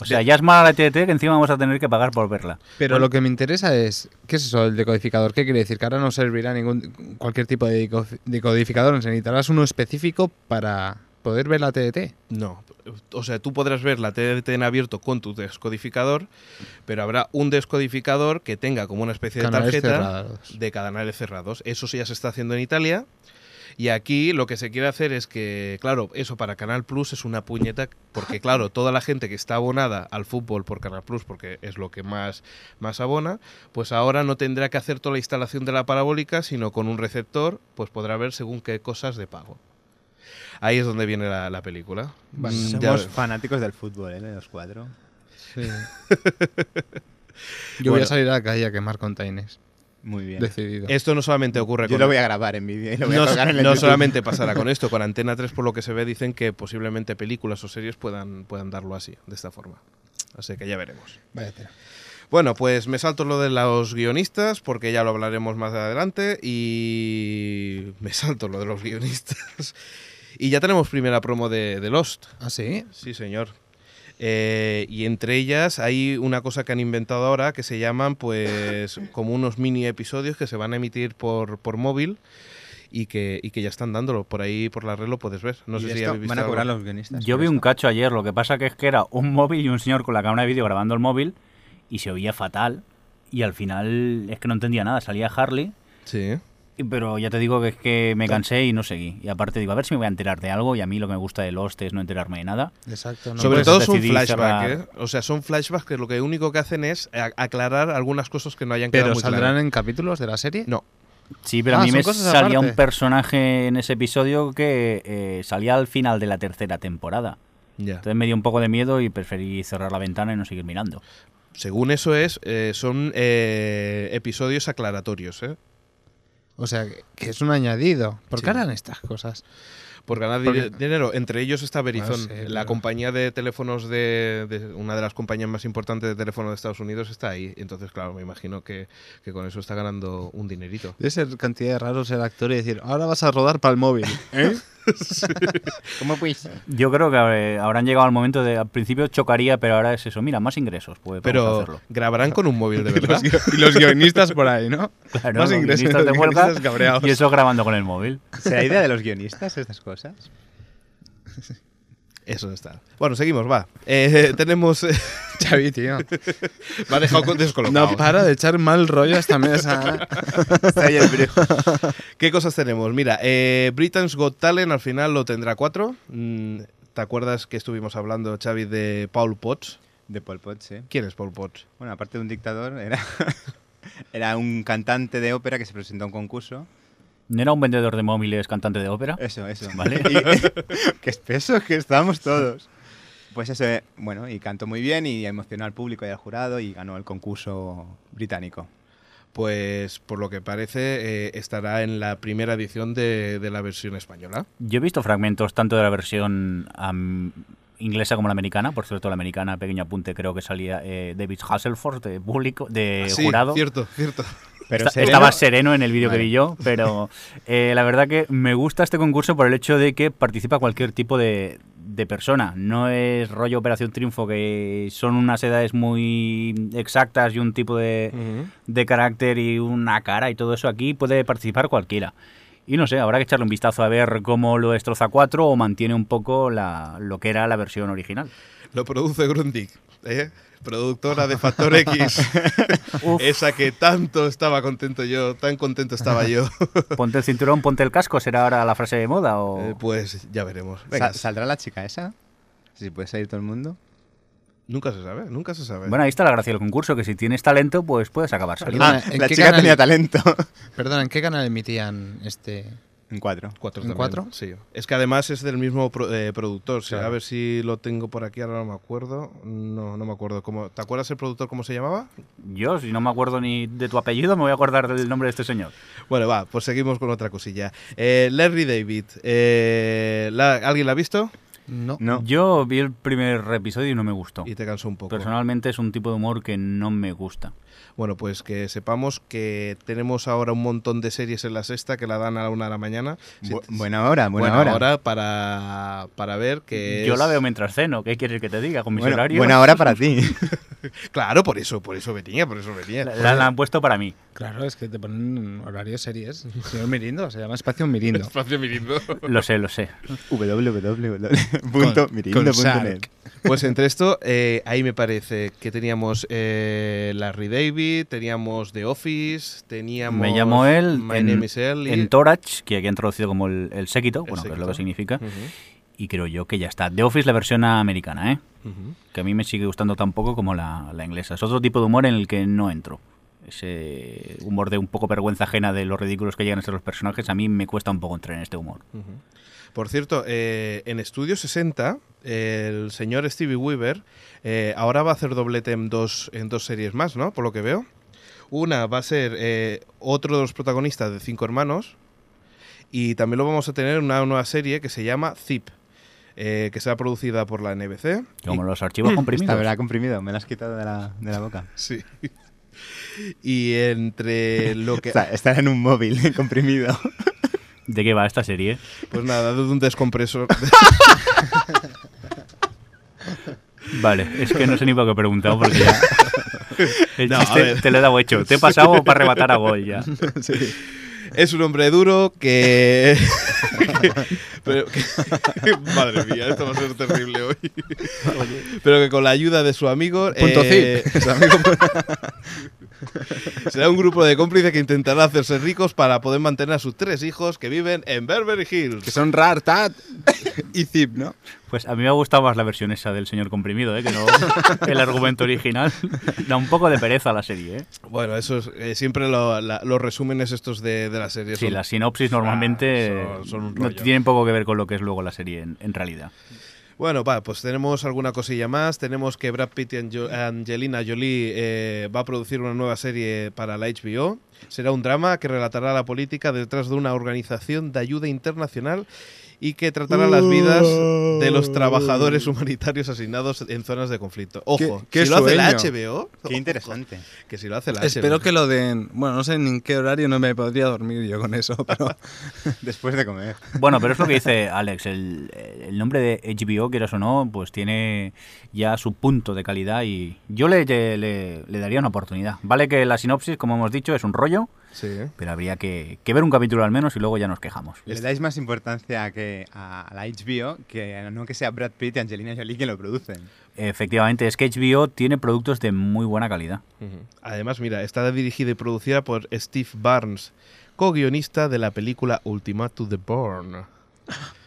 [SPEAKER 3] O sea, ya es mala la TDT que encima vamos a tener que pagar por verla.
[SPEAKER 5] Pero lo que me interesa es, ¿qué es eso el decodificador? ¿Qué quiere decir? Que ahora no servirá ningún cualquier tipo de deco- decodificador, necesitarás uno específico para poder ver la TDT.
[SPEAKER 1] No. O sea, tú podrás ver la TDT en abierto con tu descodificador, pero habrá un descodificador que tenga como una especie de
[SPEAKER 5] Canales
[SPEAKER 1] tarjeta
[SPEAKER 5] cerrados.
[SPEAKER 1] de canales cerrados. Eso sí ya se está haciendo en Italia. Y aquí lo que se quiere hacer es que, claro, eso para Canal Plus es una puñeta, porque claro, toda la gente que está abonada al fútbol por Canal Plus, porque es lo que más, más abona, pues ahora no tendrá que hacer toda la instalación de la parabólica, sino con un receptor, pues podrá ver según qué cosas de pago. Ahí es donde viene la, la película.
[SPEAKER 5] Vale.
[SPEAKER 1] Mm, ya
[SPEAKER 7] Somos
[SPEAKER 1] ves.
[SPEAKER 7] fanáticos del fútbol, ¿eh? De los cuatro.
[SPEAKER 5] Sí. Yo voy
[SPEAKER 1] Bueno.
[SPEAKER 5] a salir a la calle a quemar containers.
[SPEAKER 7] Muy bien.
[SPEAKER 5] Decidido.
[SPEAKER 1] Esto no solamente ocurre
[SPEAKER 7] Yo
[SPEAKER 1] con
[SPEAKER 7] lo voy a grabar en vídeo y lo voy
[SPEAKER 1] no,
[SPEAKER 7] a colgar en el
[SPEAKER 1] no
[SPEAKER 7] YouTube.
[SPEAKER 1] solamente pasará con esto, con Antena 3 por lo que se ve dicen que posiblemente películas o series puedan, puedan darlo así, de esta forma. Así que ya veremos.
[SPEAKER 5] Vaya tela.
[SPEAKER 1] Bueno, pues me salto lo de los guionistas porque ya lo hablaremos más adelante y me salto lo de los guionistas. Y ya tenemos primera promo de, de Lost.
[SPEAKER 5] ¿Ah, sí?
[SPEAKER 1] Sí, señor. Eh, y entre ellas hay una cosa que han inventado ahora que se llaman, pues, como unos mini episodios que se van a emitir por, por móvil y que, y que ya están dándolo. Por ahí, por la red, lo puedes ver. No
[SPEAKER 7] Y
[SPEAKER 1] sé
[SPEAKER 7] de
[SPEAKER 1] si
[SPEAKER 7] esto
[SPEAKER 1] habéis visto.
[SPEAKER 7] van a cobrar
[SPEAKER 1] algo.
[SPEAKER 7] los guionistas.
[SPEAKER 3] Yo
[SPEAKER 7] por
[SPEAKER 3] vi un
[SPEAKER 7] esto.
[SPEAKER 3] cacho ayer, lo que pasa que es que era un móvil y un señor con la cámara de vídeo grabando el móvil y se oía fatal y al final es que no entendía nada, salía Harley,
[SPEAKER 1] Sí.
[SPEAKER 3] y- pero ya te digo que es que me cansé y no seguí. Y aparte digo, a ver si me voy a enterar de algo y a mí lo que me gusta de Lost es no enterarme de nada.
[SPEAKER 5] Exacto. no
[SPEAKER 1] Sobre
[SPEAKER 5] puedes-
[SPEAKER 3] pues
[SPEAKER 1] todo son
[SPEAKER 3] decidí
[SPEAKER 1] flashbacks,
[SPEAKER 3] cerrar.
[SPEAKER 1] ¿eh? O sea, son flashbacks que lo que único que hacen es a- aclarar algunas cosas que no hayan quedado
[SPEAKER 5] ¿Pero
[SPEAKER 1] muy
[SPEAKER 5] saldrán
[SPEAKER 1] claras.
[SPEAKER 5] en capítulos de la serie?
[SPEAKER 1] No.
[SPEAKER 3] Sí, pero
[SPEAKER 5] Ah,
[SPEAKER 3] a mí
[SPEAKER 5] son
[SPEAKER 3] me
[SPEAKER 5] cosas
[SPEAKER 3] salía
[SPEAKER 5] aparte.
[SPEAKER 3] un personaje en ese episodio que eh, salía al final de la tercera temporada.
[SPEAKER 1] Ya.
[SPEAKER 3] Entonces me dio un poco de miedo y preferí cerrar la ventana y no seguir mirando.
[SPEAKER 1] Según eso es, eh, son eh, episodios aclaratorios, ¿eh?
[SPEAKER 5] O sea, que- que es un añadido. ¿Por qué harán estas cosas?
[SPEAKER 1] Por ganar
[SPEAKER 5] Porque-
[SPEAKER 1] di- dinero. Entre ellos está Verizon,
[SPEAKER 5] sé,
[SPEAKER 1] la
[SPEAKER 5] pero-
[SPEAKER 1] compañía de teléfonos de, de- una de las compañías más importantes de teléfonos de Estados Unidos está ahí. Entonces, claro, me imagino que, que con eso está ganando un dinerito.
[SPEAKER 5] Debe ser cantidad de raros ser actor y decir, ahora vas a rodar para el móvil.
[SPEAKER 7] ¿Cómo pues?
[SPEAKER 3] Yo creo que eh, habrán llegado al momento de, al principio chocaría, pero ahora es eso, mira, más ingresos, pues vamos a
[SPEAKER 1] Pero
[SPEAKER 3] hacerlo.
[SPEAKER 1] grabarán con un móvil de
[SPEAKER 5] Y los
[SPEAKER 1] verdad.
[SPEAKER 5] guio- y los guionistas por ahí, ¿no?
[SPEAKER 3] Claro,
[SPEAKER 5] Más
[SPEAKER 3] los
[SPEAKER 5] ingresos,
[SPEAKER 3] guionistas de
[SPEAKER 5] los
[SPEAKER 3] huelga
[SPEAKER 5] guionistas cabreados.
[SPEAKER 3] y eso grabando con el móvil.
[SPEAKER 7] ¿Será idea de los guionistas estas cosas?
[SPEAKER 1] Eso está. Bueno, seguimos, va. Eh, tenemos.
[SPEAKER 5] Xavi, tío.
[SPEAKER 1] me ha dejado con- descolocado.
[SPEAKER 5] No para de echar mal rollo a esta mesa. ¿eh?
[SPEAKER 7] Está ahí el brujo.
[SPEAKER 1] ¿Qué cosas tenemos? Mira, eh, Britain's Got Talent al final lo tendrá cuatro. Mm, ¿Te acuerdas que estuvimos hablando, Xavi, de Paul Potts?
[SPEAKER 7] De Pol Pot, sí.
[SPEAKER 1] ¿Quién es Paul Potts?
[SPEAKER 7] Bueno, aparte de un dictador, era Era un cantante de ópera que se presentó a un concurso.
[SPEAKER 3] ¿No era un vendedor de móviles cantante de ópera?
[SPEAKER 7] Eso, eso.
[SPEAKER 3] Vale.
[SPEAKER 7] Y- qué espesos que estamos todos. Pues eso, eh, bueno, y cantó muy bien y emocionó al público y al jurado y ganó el concurso británico.
[SPEAKER 1] Pues por lo que parece eh, estará en la primera edición de, de la versión española.
[SPEAKER 3] Yo he visto fragmentos tanto de la versión am, inglesa como la americana. Por cierto, la americana, pequeño apunte, creo que salía eh, David Hasselford de público, de
[SPEAKER 1] Ah, Sí,
[SPEAKER 3] Eh, jurado.
[SPEAKER 1] Cierto, cierto.
[SPEAKER 7] Pero
[SPEAKER 3] Esta-
[SPEAKER 7] sereno-
[SPEAKER 3] Estaba sereno en el vídeo
[SPEAKER 7] Vale.
[SPEAKER 3] que vi yo, pero eh, la verdad que me gusta este concurso por el hecho de que participa cualquier tipo de, de persona. No es rollo Operación Triunfo, que son unas edades muy exactas y un tipo de, de carácter y una cara y todo eso. Aquí puede participar cualquiera. Y no sé, habrá que echarle un vistazo a ver cómo lo destroza 4 o mantiene un poco la, lo que era la versión original.
[SPEAKER 1] Lo produce Grundig, ¿eh? productora de Factor X,
[SPEAKER 3] Uf.
[SPEAKER 1] esa que tanto estaba contento yo, tan contento estaba yo.
[SPEAKER 3] Ponte el cinturón, ponte el casco, será ahora la frase de moda o...
[SPEAKER 1] Eh, pues ya veremos.
[SPEAKER 7] Sa-
[SPEAKER 1] Venga,
[SPEAKER 7] ¿Saldrá la chica esa? Si puede salir todo el mundo.
[SPEAKER 1] nunca se sabe, nunca se sabe.
[SPEAKER 3] Bueno, ahí está la gracia del concurso, que si tienes talento, pues puedes acabar saliendo.
[SPEAKER 5] Ah,
[SPEAKER 7] Ah,
[SPEAKER 5] ¿en
[SPEAKER 7] la
[SPEAKER 5] qué
[SPEAKER 7] chica
[SPEAKER 5] canal?
[SPEAKER 7] tenía talento.
[SPEAKER 5] Perdona, ¿en qué canal emitían este?
[SPEAKER 7] En cuatro.
[SPEAKER 1] Cuatro
[SPEAKER 5] ¿En
[SPEAKER 1] también,
[SPEAKER 5] cuatro?
[SPEAKER 1] Sí. Es que además es del mismo pro- eh, productor. sí.
[SPEAKER 5] Claro.
[SPEAKER 1] A ver si lo tengo por aquí, ahora no me acuerdo. No, no me acuerdo. ¿Cómo, ¿Te acuerdas el productor cómo se llamaba?
[SPEAKER 3] Yo, si no me acuerdo ni de tu apellido, me voy a acordar del nombre de este señor.
[SPEAKER 1] Bueno, va, pues seguimos con otra cosilla. Eh, Larry David, eh, la- ¿alguien la ha visto?
[SPEAKER 5] No.
[SPEAKER 7] No.
[SPEAKER 3] Yo vi el primer episodio y no me gustó.
[SPEAKER 1] Y te cansó un poco.
[SPEAKER 3] Personalmente es un tipo de humor que no me gusta.
[SPEAKER 1] Bueno, pues que sepamos que tenemos ahora un montón de series en la sexta que la dan a la una de la mañana. Si-
[SPEAKER 7] Bu- buena hora, buena, hora.
[SPEAKER 1] para, para ver que
[SPEAKER 3] Yo
[SPEAKER 1] es-
[SPEAKER 3] la veo mientras ceno, ¿qué quieres que te diga con mis
[SPEAKER 7] Bueno,
[SPEAKER 3] horarios?
[SPEAKER 7] buena hora para ti.
[SPEAKER 1] Claro, por eso, por eso venía, por eso venía.
[SPEAKER 3] La, la- la han puesto para mí.
[SPEAKER 5] Claro, es que te ponen horario series. Señor Mirindo, se llama Espacio Mirindo.
[SPEAKER 1] Espacio Mirindo.
[SPEAKER 3] Lo sé, lo sé.
[SPEAKER 7] www.mirindo.net.
[SPEAKER 1] Pues entre esto, eh, ahí me parece que teníamos eh, Larry David, teníamos The Office, teníamos...
[SPEAKER 3] Me llamo él
[SPEAKER 1] My
[SPEAKER 3] en,
[SPEAKER 1] Name is Earl y-
[SPEAKER 3] en Torach, que aquí han traducido como el, el séquito,
[SPEAKER 1] El
[SPEAKER 3] bueno, que es lo
[SPEAKER 1] séquito. Mm.
[SPEAKER 3] que significa.
[SPEAKER 1] Ujú,
[SPEAKER 3] Y creo yo que ya está. The Office, la versión americana, ¿eh?
[SPEAKER 1] ujú.
[SPEAKER 3] que a mí me sigue gustando tan poco como la, la inglesa. Es otro tipo de humor en el que no entro. Ese humor de un poco vergüenza ajena de los ridículos que llegan a ser los personajes, a mí me cuesta un poco entrar en este humor.
[SPEAKER 1] Por cierto, eh, en Estudio 60, el señor Stevie Weaver eh, ahora va a hacer doblete en dos, en dos series más, ¿no? Por lo que veo. Una va a ser eh, otro de los protagonistas de Cinco Hermanos. Y también lo vamos a tener en una nueva serie que se llama Zip, eh, que será producida por la NBC.
[SPEAKER 3] Como los archivos
[SPEAKER 7] Esta
[SPEAKER 3] comprimidos.
[SPEAKER 7] verdad comprimido, me la has quitado de la, de la boca.
[SPEAKER 1] Sí. Y entre lo que...
[SPEAKER 7] O sea, estar en un móvil comprimido.
[SPEAKER 3] ¿De qué va esta serie?
[SPEAKER 1] Pues nada, de un descompresor.
[SPEAKER 3] Vale, es que no sé ni para qué he preguntado porque ya. El
[SPEAKER 1] No, a
[SPEAKER 3] chiste
[SPEAKER 1] ver.
[SPEAKER 3] te lo he dado hecho. Te he pasado para arrebatar a gol ya.
[SPEAKER 1] Es un hombre duro que. pero que- Madre mía, esto va a ser terrible hoy. Pero que con la ayuda de su amigo.
[SPEAKER 5] Punto
[SPEAKER 1] eh, será un grupo de cómplices que intentará hacerse ricos para poder mantener a sus tres hijos que viven en Beverly
[SPEAKER 5] Que
[SPEAKER 1] Hills.
[SPEAKER 5] son RAR, TAT y ZIP, ¿no?
[SPEAKER 3] Pues a mí me ha gustado más la versión esa del señor comprimido, ¿eh? que no el argumento original. Da un poco de pereza a la serie. ¿eh?
[SPEAKER 1] Bueno, eso es eh, siempre lo- la- los resúmenes estos de, de la serie.
[SPEAKER 3] Sí,
[SPEAKER 1] son- Ah,
[SPEAKER 3] las sinopsis normalmente
[SPEAKER 1] son- son un
[SPEAKER 3] no
[SPEAKER 1] rollo.
[SPEAKER 3] tienen poco que ver con lo que es luego la serie en, en realidad.
[SPEAKER 1] Bueno, va, pues tenemos alguna cosilla más. Tenemos que Brad Pitt y Ange- Angelina Jolie eh, va a producir una nueva serie para la HBO. Será un drama que relatará la política detrás de una organización de ayuda internacional y que tratará las vidas de los trabajadores humanitarios asignados en zonas de conflicto. Ojo,
[SPEAKER 5] Qué- qué
[SPEAKER 1] si lo hace la
[SPEAKER 5] sueño.
[SPEAKER 1] HBO, ojo,
[SPEAKER 7] Qué interesante.
[SPEAKER 1] que si lo hace la
[SPEAKER 5] Espero
[SPEAKER 1] HBO.
[SPEAKER 5] que lo den. Bueno, no sé en qué horario no me podría dormir yo con eso, pero.
[SPEAKER 7] Después de comer.
[SPEAKER 3] Bueno, pero es lo que dice Alex, el, el nombre de HBO, quieras o no, pues tiene ya su punto de calidad y yo le, le- le daría una oportunidad. Vale que la sinopsis, como hemos dicho, es un rollo,
[SPEAKER 1] Sí, ¿eh?
[SPEAKER 3] pero habría que, que ver un capítulo al menos y luego ya nos quejamos.
[SPEAKER 7] Le dais más importancia a, que, a a la HBO que a- no que sea Brad Pitt y Angelina Jolie quien lo producen.
[SPEAKER 3] Efectivamente, es que HBO tiene productos de muy buena calidad.
[SPEAKER 1] Ujú. Además, mira, está dirigida y producida por Steve Barnes, co-guionista de la película Ultimatum the Born.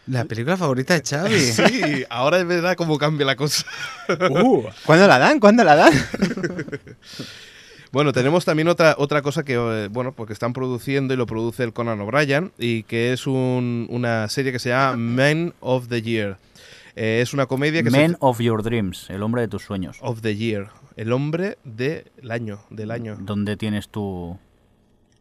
[SPEAKER 5] La película favorita de Xavi.
[SPEAKER 1] Sí, ahora es verdad
[SPEAKER 5] Uh,
[SPEAKER 1] cómo cambia la cosa.
[SPEAKER 7] ¿Cuándo la dan? ¿Cuándo la dan?
[SPEAKER 1] Bueno, tenemos también otra, otra cosa que, eh, bueno, porque están produciendo y lo produce el Conan O'Brien y que es un- una serie que se llama Men of the Year. Eh, es una comedia que Oh, se-
[SPEAKER 3] Men of Your Dreams, el hombre de tus sueños.
[SPEAKER 1] of the Year, el hombre del año, del año.
[SPEAKER 3] ¿Dónde tienes tu...?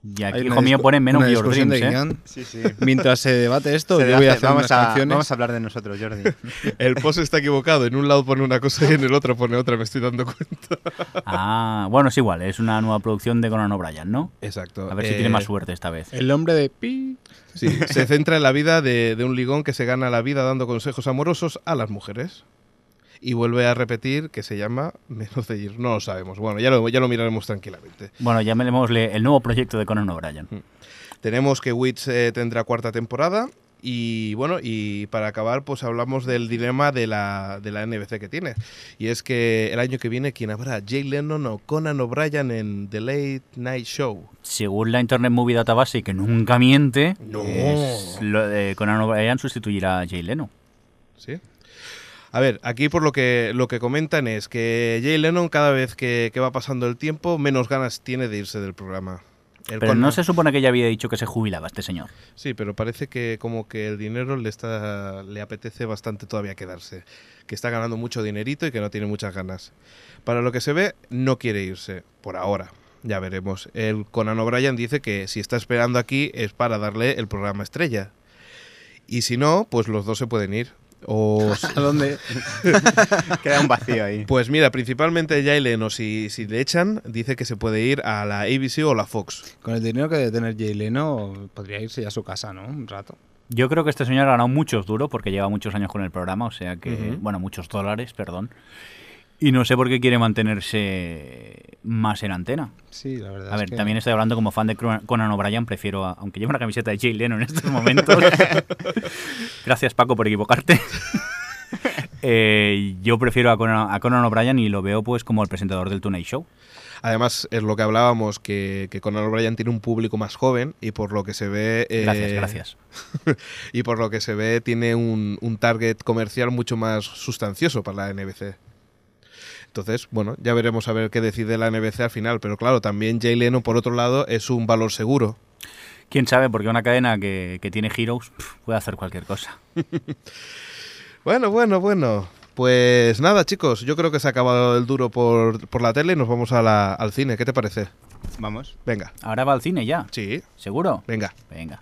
[SPEAKER 3] Y aquí,
[SPEAKER 5] Hay
[SPEAKER 3] hijo
[SPEAKER 5] una
[SPEAKER 3] mío,
[SPEAKER 5] discu-
[SPEAKER 3] pone Men
[SPEAKER 5] una
[SPEAKER 3] of Your
[SPEAKER 5] discusión
[SPEAKER 3] Dreams,
[SPEAKER 5] de
[SPEAKER 3] ¿eh?
[SPEAKER 5] guión.
[SPEAKER 7] Sí, sí.
[SPEAKER 5] Mientras se debate esto,
[SPEAKER 7] Se
[SPEAKER 5] yo voy a
[SPEAKER 7] hace-
[SPEAKER 5] hacer
[SPEAKER 7] vamos,
[SPEAKER 5] unas
[SPEAKER 7] a,
[SPEAKER 5] canciones.
[SPEAKER 7] vamos a hablar de nosotros, Jordi.
[SPEAKER 1] El post está equivocado, en un lado pone una cosa y en el otro pone otra, me estoy dando cuenta.
[SPEAKER 3] Ah, bueno, es igual, es una nueva producción de Conan O'Brien, ¿no?
[SPEAKER 1] Exacto.
[SPEAKER 3] A ver si
[SPEAKER 1] eh,
[SPEAKER 3] tiene más suerte esta vez.
[SPEAKER 5] El hombre de Pi.
[SPEAKER 1] Sí, se centra en la vida de, de un ligón que se gana la vida dando consejos amorosos a las mujeres. Y vuelve a repetir que se llama Menos de Ir. No lo sabemos. Bueno, ya lo, ya lo miraremos tranquilamente.
[SPEAKER 3] Bueno, llamémosle el nuevo proyecto de Conan O'Brien.
[SPEAKER 1] Mm. Tenemos que Witch eh, tendrá cuarta temporada. Y bueno, y para acabar, pues hablamos del dilema de la, de la NBC que tiene. Y es que el año que viene, ¿quién habrá? ¿Jay Lennon o Conan O'Brien en The Late Night Show?
[SPEAKER 3] Según la Internet Movie Database, que nunca miente,
[SPEAKER 1] No.
[SPEAKER 3] es lo de Conan O'Brien sustituirá a Jay Leno.
[SPEAKER 1] ¿Sí? A ver, aquí por lo que, lo que comentan es que Jay Lennon cada vez que, que va pasando el tiempo, menos ganas tiene de irse del programa. El
[SPEAKER 3] Pero
[SPEAKER 1] Conan-
[SPEAKER 3] no se supone que ya había dicho que se jubilaba este señor.
[SPEAKER 1] Sí, pero parece que como que el dinero le está le apetece bastante todavía quedarse, que está ganando mucho dinerito y que no tiene muchas ganas. Para lo que se ve, no quiere irse por ahora. Ya veremos. El Conan O'Brien dice que si está esperando aquí es para darle el programa estrella. Y si no, pues los dos se pueden ir. O
[SPEAKER 5] ¿A dónde?
[SPEAKER 7] Queda un vacío ahí.
[SPEAKER 1] Pues mira, principalmente ya Leno, si, si le echan, dice que se puede ir a la ABC o la Fox.
[SPEAKER 5] Con el dinero que debe tener Jay Leno, podría irse ya a su casa, ¿no? Un rato.
[SPEAKER 3] Yo creo que este señor ha ganado muchos duros porque lleva muchos años con el programa, o sea que,
[SPEAKER 1] Ujú.
[SPEAKER 3] bueno, muchos dólares, perdón. Y no sé por qué quiere mantenerse más en antena.
[SPEAKER 5] Sí, la verdad.
[SPEAKER 3] A
[SPEAKER 5] es
[SPEAKER 3] ver,
[SPEAKER 5] que-
[SPEAKER 3] también estoy hablando como fan de Cron- Conan O'Brien, prefiero, a- aunque llevo una camiseta de Jay Leno en estos momentos. Gracias, Paco, por equivocarte. Eh, yo prefiero a Conan, a Conan O'Brien y lo veo pues como el presentador del Tonight Show.
[SPEAKER 1] Además, es lo que hablábamos, que, que Conan O'Brien tiene un público más joven y por lo que se ve... eh,
[SPEAKER 3] Gracias, gracias.
[SPEAKER 1] Y por lo que se ve tiene un, un target comercial mucho más sustancioso para la NBC. Entonces, bueno, ya veremos a ver qué decide la NBC al final. Pero claro, también Jay Leno, por otro lado, es un valor seguro.
[SPEAKER 3] ¿Quién sabe? Porque una cadena que, que tiene heroes pf, puede hacer cualquier cosa.
[SPEAKER 1] Bueno, bueno, bueno. Pues nada, chicos, yo creo que se ha acabado el duro por, por la tele y nos vamos a la- al cine. ¿Qué te parece?
[SPEAKER 7] Vamos.
[SPEAKER 1] Venga.
[SPEAKER 3] Ahora va al cine ya.
[SPEAKER 1] Sí,
[SPEAKER 3] ¿Seguro?
[SPEAKER 1] venga.
[SPEAKER 3] Venga.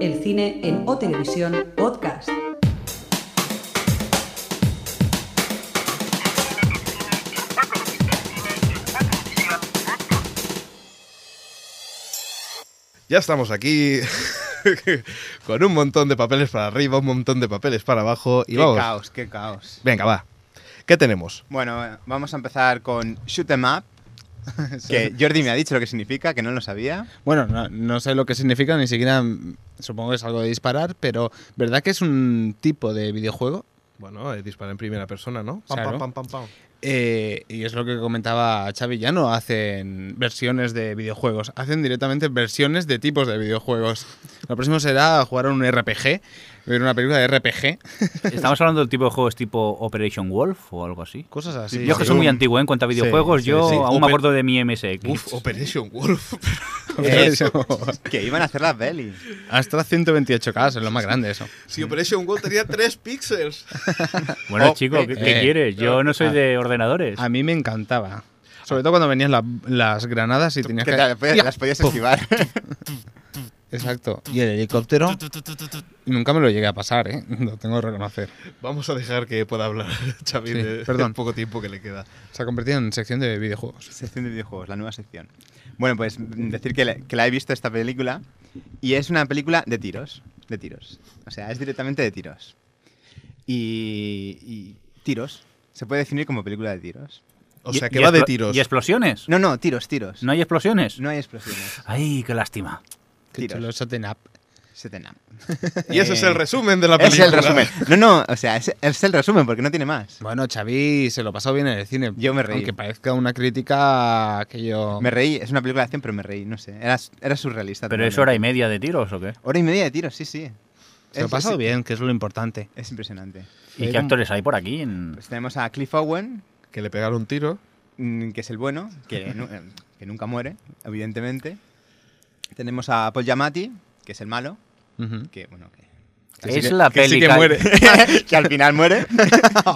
[SPEAKER 4] El cine en O Televisión Podcast.
[SPEAKER 1] Ya estamos aquí con un montón de papeles para arriba, un montón de papeles para abajo y
[SPEAKER 7] Qué
[SPEAKER 1] vamos.
[SPEAKER 7] caos, qué caos.
[SPEAKER 1] Venga, va. ¿Qué tenemos?
[SPEAKER 7] Bueno, eh, vamos a empezar con Shoot 'em Up, que Jordi me ha dicho lo que significa, que no lo sabía.
[SPEAKER 5] Bueno, no, no sé lo que significa, ni siquiera mm, supongo que es algo de disparar, pero ¿verdad que es un tipo de videojuego?
[SPEAKER 1] Bueno, eh, dispara en primera persona, ¿no? Pam,
[SPEAKER 5] Claro.
[SPEAKER 1] pam, pam, pam, pam.
[SPEAKER 5] Eh, y es lo que comentaba Xavi, ya no hacen versiones de videojuegos, hacen directamente versiones de tipos de videojuegos. Lo próximo será jugar a un RPG, ver una película de RPG,
[SPEAKER 3] Estamos hablando del tipo de juegos tipo Operation Wolf o algo así.
[SPEAKER 5] cosas así.
[SPEAKER 3] Yo que soy muy antiguo ¿eh? en cuanto a videojuegos,
[SPEAKER 5] sí,
[SPEAKER 3] yo
[SPEAKER 5] sí.
[SPEAKER 3] aún me
[SPEAKER 1] Oper-
[SPEAKER 3] acuerdo de mi MSX.
[SPEAKER 1] Uf, Operation Wolf.
[SPEAKER 5] Eso.
[SPEAKER 7] Eh, Que iban a hacer la peli.
[SPEAKER 5] Hasta 128K, es lo más grande eso.
[SPEAKER 1] si Operation Wolf tenía tres píxeles.
[SPEAKER 3] Bueno,
[SPEAKER 5] Oh,
[SPEAKER 3] chico, ¿qué,
[SPEAKER 5] eh,
[SPEAKER 3] qué
[SPEAKER 5] eh,
[SPEAKER 3] quieres? Yo no soy
[SPEAKER 5] ah,
[SPEAKER 3] de ordenadores.
[SPEAKER 5] A mí me encantaba. Sobre todo cuando venían la- las granadas y tenías
[SPEAKER 7] Ah. Que
[SPEAKER 5] que...
[SPEAKER 7] te- pues,
[SPEAKER 5] ¡Ya!
[SPEAKER 7] las podías
[SPEAKER 5] ¡Pum!
[SPEAKER 7] esquivar.
[SPEAKER 5] Exacto. Y el helicóptero... Nunca me lo llegué a pasar, ¿eh? Lo tengo que reconocer.
[SPEAKER 1] Vamos a dejar que pueda hablar Xavi
[SPEAKER 5] Sí,
[SPEAKER 1] de-
[SPEAKER 5] perdón.
[SPEAKER 1] del poco tiempo que le queda.
[SPEAKER 5] Se ha convertido en sección de videojuegos.
[SPEAKER 7] Sección de videojuegos, la nueva sección. Bueno, pues mm, decir que, la- que la he visto esta película Y es una película de tiros, de tiros. O sea, es directamente de tiros. Y, y tiros. Se puede definir como película de tiros.
[SPEAKER 1] O
[SPEAKER 3] Y-
[SPEAKER 1] sea, que
[SPEAKER 3] y
[SPEAKER 1] va de
[SPEAKER 3] explo-
[SPEAKER 1] tiros.
[SPEAKER 3] ¿Y explosiones?
[SPEAKER 7] No, no, tiros, tiros.
[SPEAKER 3] ¿No hay explosiones?
[SPEAKER 7] No hay explosiones.
[SPEAKER 3] Ay, qué lástima.
[SPEAKER 5] Qué
[SPEAKER 7] Tiros.
[SPEAKER 5] chulo, Shoten Up.
[SPEAKER 7] Se te na-
[SPEAKER 1] Y ese es el
[SPEAKER 7] Eh,
[SPEAKER 1] resumen de la
[SPEAKER 7] Es
[SPEAKER 1] película.
[SPEAKER 7] el resumen. No, no, o sea, es, es el resumen porque no tiene más.
[SPEAKER 5] Bueno, Xavi se lo pasó bien en el cine.
[SPEAKER 7] Yo me reí.
[SPEAKER 5] Aunque parezca una crítica que yo...
[SPEAKER 7] Me reí, es una película de acción, pero me reí, no sé. Era, era surrealista.
[SPEAKER 3] ¿Pero es
[SPEAKER 7] totalmente.
[SPEAKER 3] hora y media de tiros o qué?
[SPEAKER 7] Hora y media de tiros, sí, sí.
[SPEAKER 5] Se lo
[SPEAKER 7] Es-
[SPEAKER 5] pasó
[SPEAKER 7] es-
[SPEAKER 5] bien, que es lo importante.
[SPEAKER 7] Es impresionante.
[SPEAKER 3] ¿Y qué
[SPEAKER 5] Era un-
[SPEAKER 3] actores hay por aquí? en-
[SPEAKER 7] Pues tenemos a Cliff Owen,
[SPEAKER 1] Que le pegaron un tiro.
[SPEAKER 7] mm, que es el bueno, que, nu- eh, que nunca muere, evidentemente. Tenemos a Paul Giamatti, que es el malo,
[SPEAKER 5] Ujú.
[SPEAKER 7] que, bueno, que,
[SPEAKER 3] es la
[SPEAKER 1] que sí
[SPEAKER 3] peli
[SPEAKER 1] que
[SPEAKER 3] ca-
[SPEAKER 1] muere.
[SPEAKER 7] que al final muere.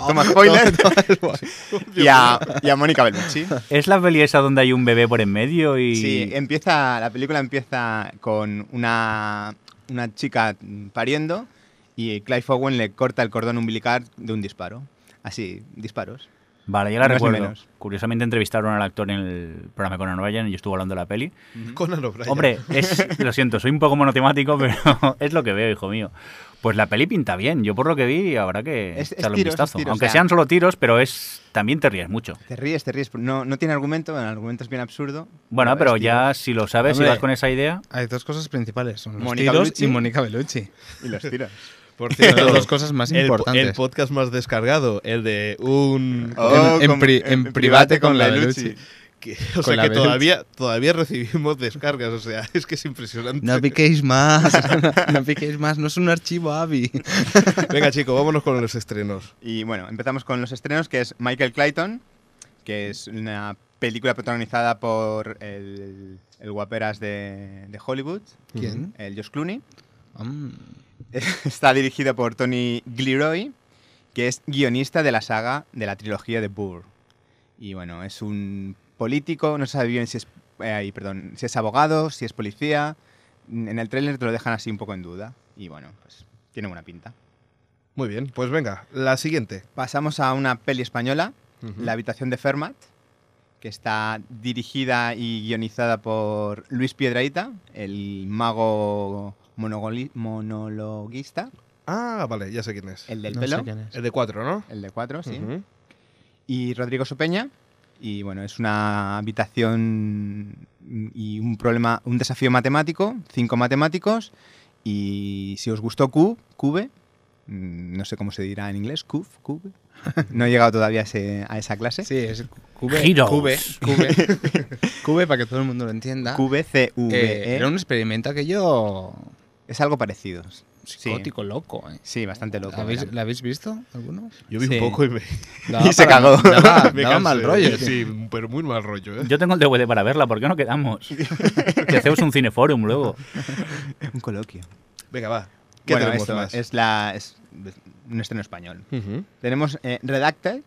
[SPEAKER 7] Toma spoiler. y a, y a Mónica Bellucci.
[SPEAKER 3] ¿Es la peli esa donde hay un bebé por en medio y...?
[SPEAKER 7] Sí, empieza, la película empieza con una, una chica mm, pariendo y Clive Owen le corta el cordón umbilical de un disparo. Así, disparos.
[SPEAKER 3] Vale, ya la
[SPEAKER 7] Más o
[SPEAKER 3] recuerdo.
[SPEAKER 7] menos.
[SPEAKER 3] Curiosamente entrevistaron al actor en el programa con O'Brien y yo estuve hablando de la peli.
[SPEAKER 1] Conan O'Brien.
[SPEAKER 3] Hombre, es, lo siento, soy un poco monotemático, pero es lo que veo, hijo mío. Pues la peli pinta bien. Yo por lo que vi habrá que
[SPEAKER 7] Es- es
[SPEAKER 3] echarle
[SPEAKER 7] tiros, es
[SPEAKER 3] un vistazo.
[SPEAKER 7] tiros,
[SPEAKER 3] Aunque
[SPEAKER 7] o sea-
[SPEAKER 3] sean solo tiros, pero es también te ríes mucho.
[SPEAKER 7] Te ríes, te ríes. No, no tiene argumento, bueno, el argumento es bien absurdo.
[SPEAKER 3] Bueno, pero
[SPEAKER 7] es
[SPEAKER 3] ya si lo sabes, si
[SPEAKER 5] Hombre.
[SPEAKER 3] vas con esa idea...
[SPEAKER 5] Hay dos cosas principales, son los
[SPEAKER 7] Mónica
[SPEAKER 5] tiros
[SPEAKER 7] Bellucci.
[SPEAKER 5] y Mónica Bellucci.
[SPEAKER 7] tiros. Y los tiros.
[SPEAKER 1] Por
[SPEAKER 5] Son
[SPEAKER 1] cierto,
[SPEAKER 5] las dos cosas más
[SPEAKER 1] el, po-
[SPEAKER 5] importantes.
[SPEAKER 1] el podcast más descargado, el de un...
[SPEAKER 7] Oh,
[SPEAKER 5] en
[SPEAKER 7] con-
[SPEAKER 5] pri- en private con la Bellucci.
[SPEAKER 1] que-
[SPEAKER 5] Con
[SPEAKER 1] o sea
[SPEAKER 5] la
[SPEAKER 1] que
[SPEAKER 5] Bellucci.
[SPEAKER 1] todavía, todavía recibimos descargas, o sea, es que es impresionante.
[SPEAKER 5] No piquéis más, no piquéis más, no es un archivo AVI.
[SPEAKER 1] Venga chicos, vámonos con los estrenos.
[SPEAKER 7] Y bueno, empezamos con los estrenos, que es Michael Clayton, que es una película protagonizada por el, el guaperas de, de Hollywood,
[SPEAKER 5] ¿Quién?
[SPEAKER 7] el Josh Clooney.
[SPEAKER 5] Mm.
[SPEAKER 7] Está dirigido por Tony Gilroy, que es guionista de la saga de la trilogía de Burr. Y bueno, es un político, no se sabe bien si es, eh, ay, perdón, si es abogado, si es policía. N- En el tráiler te lo dejan así un poco en duda. Y bueno, pues tiene buena pinta.
[SPEAKER 1] Muy bien, pues venga, la siguiente.
[SPEAKER 7] Pasamos a una peli española,
[SPEAKER 1] Ujú.
[SPEAKER 7] La habitación de Fermat, que está dirigida y guionizada por Luis Piedraíta, el mago monogoli- monologuista,
[SPEAKER 1] Ah, vale, ya sé quién es.
[SPEAKER 7] el del
[SPEAKER 5] No sé
[SPEAKER 7] pelo.
[SPEAKER 5] quién es.
[SPEAKER 1] El de cuatro, ¿no?
[SPEAKER 7] El de cuatro, sí.
[SPEAKER 1] Ujú.
[SPEAKER 7] Y Rodrigo Sopeña. Y bueno, es una habitación y un problema, un desafío matemático, cinco matemáticos. Y si os gustó Q, Cube, mm, no sé cómo se dirá en inglés, Cube, Cube. No he llegado todavía a, ese- a esa clase.
[SPEAKER 5] Sí, es Cube.
[SPEAKER 3] Heroes.
[SPEAKER 5] Cube, Cube. Cube, para que todo el mundo lo entienda.
[SPEAKER 7] Cube, C, V,
[SPEAKER 5] Eh,
[SPEAKER 7] E.
[SPEAKER 5] era un experimento aquello
[SPEAKER 7] Es algo parecido.
[SPEAKER 5] psicótico, loco. eh.
[SPEAKER 7] Sí, bastante loco.
[SPEAKER 5] ¿La habéis,
[SPEAKER 7] era.
[SPEAKER 5] la habéis visto alguno?
[SPEAKER 1] Yo vi
[SPEAKER 7] Sí.
[SPEAKER 1] un poco y me...
[SPEAKER 5] Daba
[SPEAKER 7] se
[SPEAKER 5] para-
[SPEAKER 7] cagó.
[SPEAKER 5] Daba,
[SPEAKER 1] me
[SPEAKER 5] daba
[SPEAKER 1] cansé.
[SPEAKER 5] mal rollo. tío.
[SPEAKER 1] Sí, pero muy mal rollo, ¿eh?
[SPEAKER 3] Yo tengo el DVD para verla, ¿por qué no quedamos? Que hacemos un cineforum luego.
[SPEAKER 7] Un coloquio.
[SPEAKER 1] Venga, va. ¿Qué
[SPEAKER 7] bueno,
[SPEAKER 1] tenemos
[SPEAKER 7] esto
[SPEAKER 1] más?
[SPEAKER 7] es la es un estreno español.
[SPEAKER 1] Ujú.
[SPEAKER 7] Tenemos eh, Redacted,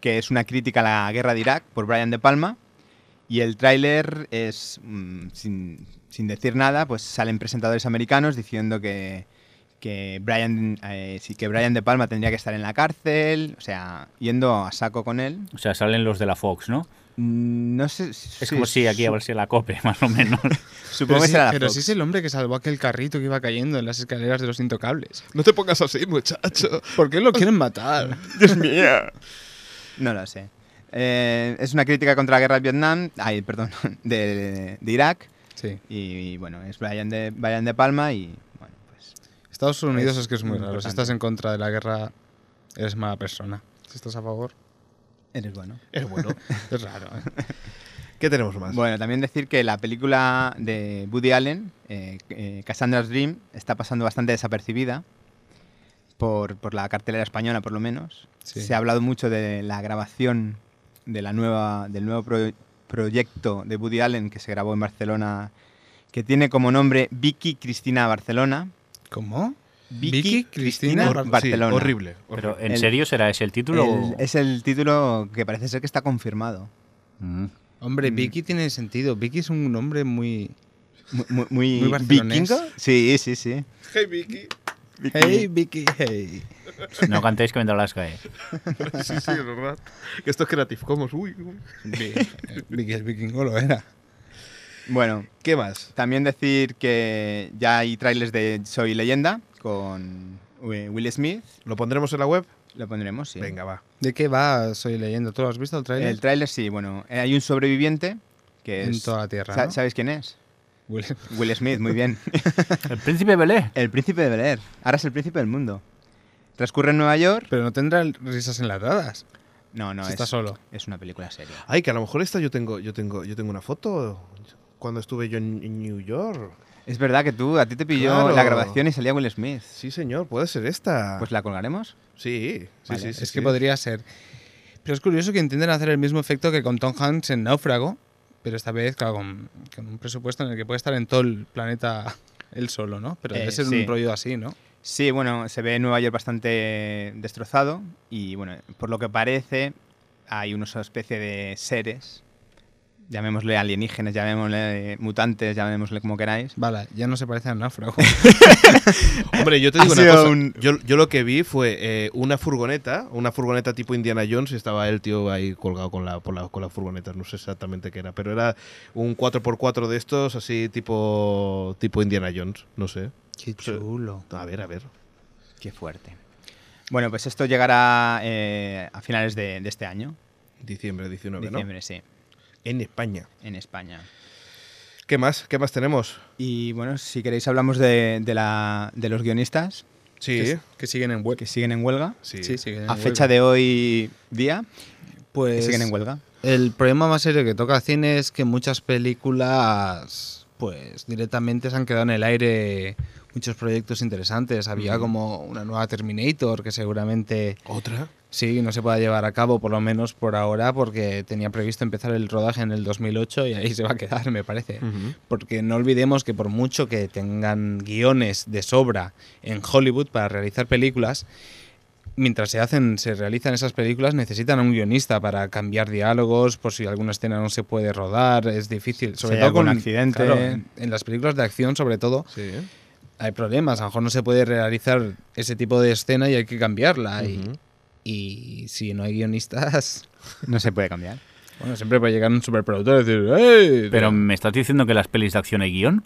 [SPEAKER 7] que es una crítica a la guerra de Irak por Brian De Palma. Y el tráiler es, mm, sin, sin decir nada, pues salen presentadores americanos diciendo que, que, Brian, eh, sí, que Brian De Palma tendría que estar en la cárcel, o sea, yendo a saco con él.
[SPEAKER 3] O sea, salen los de la Fox, ¿no?
[SPEAKER 7] Mm, No sé.
[SPEAKER 3] Es como si aquí a ver si la cope, más o menos.
[SPEAKER 7] Supongo
[SPEAKER 5] Pero,
[SPEAKER 7] que
[SPEAKER 5] sí,
[SPEAKER 7] será la
[SPEAKER 5] pero
[SPEAKER 7] Fox.
[SPEAKER 5] sí es el hombre que salvó aquel carrito que iba cayendo en las escaleras de los intocables.
[SPEAKER 1] No te pongas así, muchacho.
[SPEAKER 5] ¿Por qué lo quieren matar?
[SPEAKER 7] No lo sé. Eh, es una crítica contra la guerra de Vietnam, ay, perdón, de, de Irak.
[SPEAKER 5] Sí.
[SPEAKER 7] Y, bueno, es Brian de, Brian de Palma y bueno, pues
[SPEAKER 5] Estados Unidos
[SPEAKER 7] Es
[SPEAKER 5] es, que es muy
[SPEAKER 7] muy
[SPEAKER 5] raro. Si
[SPEAKER 7] importante.
[SPEAKER 5] estás en contra de la guerra, eres mala persona. Si estás a favor,
[SPEAKER 7] eres bueno.
[SPEAKER 1] Es bueno.
[SPEAKER 5] es raro. ¿eh?
[SPEAKER 1] ¿Qué tenemos más?
[SPEAKER 7] Eh, Bueno, también decir que la película de Woody Allen, eh, eh, Cassandra's Dream, está pasando bastante desapercibida por, por la cartelera española, por lo menos.
[SPEAKER 5] Sí.
[SPEAKER 7] Se ha hablado mucho de la grabación de la nueva, del nuevo pro- proyecto de Woody Allen que se grabó en Barcelona, que tiene como nombre Vicky Cristina Barcelona.
[SPEAKER 5] ¿Cómo?
[SPEAKER 7] Vicky,
[SPEAKER 5] Cristina
[SPEAKER 7] Cristina
[SPEAKER 1] Hor- sí,
[SPEAKER 7] Barcelona.
[SPEAKER 1] horrible. horrible.
[SPEAKER 3] Pero, ¿en
[SPEAKER 7] El-
[SPEAKER 3] serio será ese el título? o-
[SPEAKER 7] El- es el título que parece ser que está confirmado.
[SPEAKER 3] Mm.
[SPEAKER 5] Hombre,
[SPEAKER 7] Mm.
[SPEAKER 5] Vicky tiene sentido. Vicky es un nombre muy.
[SPEAKER 7] Mu- mu- Muy,
[SPEAKER 5] Muy barcelonés.
[SPEAKER 7] vikingo. Sí, sí, sí.
[SPEAKER 1] Hey, Vicky.
[SPEAKER 5] Hey, Vicky, hey.
[SPEAKER 3] No cantéis que vendrá ¿eh? las cae.
[SPEAKER 1] Sí, sí, es verdad.
[SPEAKER 5] Eh,
[SPEAKER 1] Que esto es Creative Commons. Uy, uy.
[SPEAKER 5] Vicky, el vikingo lo era.
[SPEAKER 7] Bueno,
[SPEAKER 1] ¿Qué más?
[SPEAKER 7] también decir que ya hay trailers de Soy Leyenda con eh, Will Smith.
[SPEAKER 1] ¿Lo pondremos en la web?
[SPEAKER 7] Lo pondremos, sí.
[SPEAKER 1] Venga, va.
[SPEAKER 5] ¿De qué va? Soy leyendo. ¿Tú lo has visto el trailer?
[SPEAKER 7] El tráiler sí, bueno, eh, hay un sobreviviente que
[SPEAKER 5] En
[SPEAKER 7] es...
[SPEAKER 5] toda la Tierra,
[SPEAKER 7] Sa-
[SPEAKER 5] ¿no?
[SPEAKER 7] ¿Sabes quién es?
[SPEAKER 5] Will-
[SPEAKER 7] Will Smith, muy bien.
[SPEAKER 3] El príncipe Belé.
[SPEAKER 7] el príncipe de Bel Air. Ahora es el príncipe del mundo. Transcurre en Nueva York.
[SPEAKER 5] Pero no tendrá risas enlatadas.
[SPEAKER 7] No, no,
[SPEAKER 5] si
[SPEAKER 7] es,
[SPEAKER 5] está solo.
[SPEAKER 7] es una película seria.
[SPEAKER 1] Ay, que a lo mejor esta yo tengo, yo tengo, yo tengo una foto cuando estuve yo en, en New York.
[SPEAKER 7] Es verdad que tú, a ti te pilló
[SPEAKER 1] Claro.
[SPEAKER 7] la grabación y salía Will Smith.
[SPEAKER 1] Sí, señor, puede ser
[SPEAKER 5] Ah.
[SPEAKER 1] esta.
[SPEAKER 7] Pues la colgaremos.
[SPEAKER 1] sí, sí,
[SPEAKER 7] Vale,
[SPEAKER 1] sí, sí,
[SPEAKER 5] es
[SPEAKER 1] sí.
[SPEAKER 5] que podría ser. Pero es curioso que intenten hacer el mismo efecto que con Tom Hanks en Náufrago, pero esta vez, claro, con, con un presupuesto en el que puede estar en todo el planeta él solo, ¿no? Pero
[SPEAKER 7] Eh,
[SPEAKER 5] debe ser
[SPEAKER 7] sí.
[SPEAKER 5] un rollo así, ¿no?
[SPEAKER 7] Sí, bueno, se ve Nueva York bastante destrozado y bueno, por lo que parece hay una especie de seres, llamémosle alienígenas, llamémosle mutantes, llamémosle como queráis.
[SPEAKER 5] Vale, ya no se parece a Náufrago.
[SPEAKER 1] Hombre, yo te
[SPEAKER 7] Ha
[SPEAKER 1] digo una
[SPEAKER 7] sido
[SPEAKER 1] cosa.
[SPEAKER 7] un-
[SPEAKER 1] Yo, yo lo que vi fue eh, una furgoneta, una furgoneta tipo Indiana Jones, y estaba el tío ahí colgado con la, por la- con la furgoneta, no sé exactamente qué era, pero era un 4x4 de estos, así tipo, tipo Indiana Jones, no sé.
[SPEAKER 5] Qué chulo.
[SPEAKER 1] A ver, a ver.
[SPEAKER 7] Qué fuerte. Bueno, pues esto llegará eh, a finales de, de este año,
[SPEAKER 1] Diciembre 19,
[SPEAKER 7] diciembre, sí,
[SPEAKER 1] ¿no? En España.
[SPEAKER 7] en España.
[SPEAKER 1] ¿Qué más? ¿Qué más tenemos?
[SPEAKER 7] Y bueno, si queréis hablamos de, de la- de los guionistas
[SPEAKER 1] Sí.
[SPEAKER 5] Que siguen en
[SPEAKER 7] que
[SPEAKER 5] huelga.
[SPEAKER 7] siguen en huelga.
[SPEAKER 1] Sí.
[SPEAKER 5] siguen en
[SPEAKER 7] A fecha de hoy día, que
[SPEAKER 5] Pues
[SPEAKER 7] siguen en huelga.
[SPEAKER 5] El problema más serio que toca cine es que muchas películas, pues directamente se han quedado en el aire muchos proyectos interesantes. Había como una nueva Terminator que seguramente
[SPEAKER 1] ¿Otra?
[SPEAKER 5] sí no se pueda llevar a cabo, por lo menos por ahora, porque tenía previsto empezar el rodaje en el 2008 y ahí se va a quedar, me parece. Porque no olvidemos que por mucho que tengan guiones de sobra en Hollywood para realizar películas, mientras se hacen, se realizan esas películas, necesitan a un guionista para cambiar diálogos, por si alguna escena no se puede rodar, es difícil. Sobre
[SPEAKER 7] hay
[SPEAKER 5] todo
[SPEAKER 7] algún
[SPEAKER 5] con
[SPEAKER 7] accidente.
[SPEAKER 5] claro, en, en las películas de acción, sobre todo,
[SPEAKER 1] Sí. ¿eh?
[SPEAKER 5] hay problemas. A lo mejor no se puede realizar ese tipo de escena y hay que cambiarla. y-
[SPEAKER 1] Ujú.
[SPEAKER 5] y, si no hay guionistas,
[SPEAKER 7] No se puede cambiar.
[SPEAKER 5] bueno, siempre puede llegar un superproductor y decir, ¡Ey!
[SPEAKER 3] Pero me estás diciendo que las pelis de acción hay guión.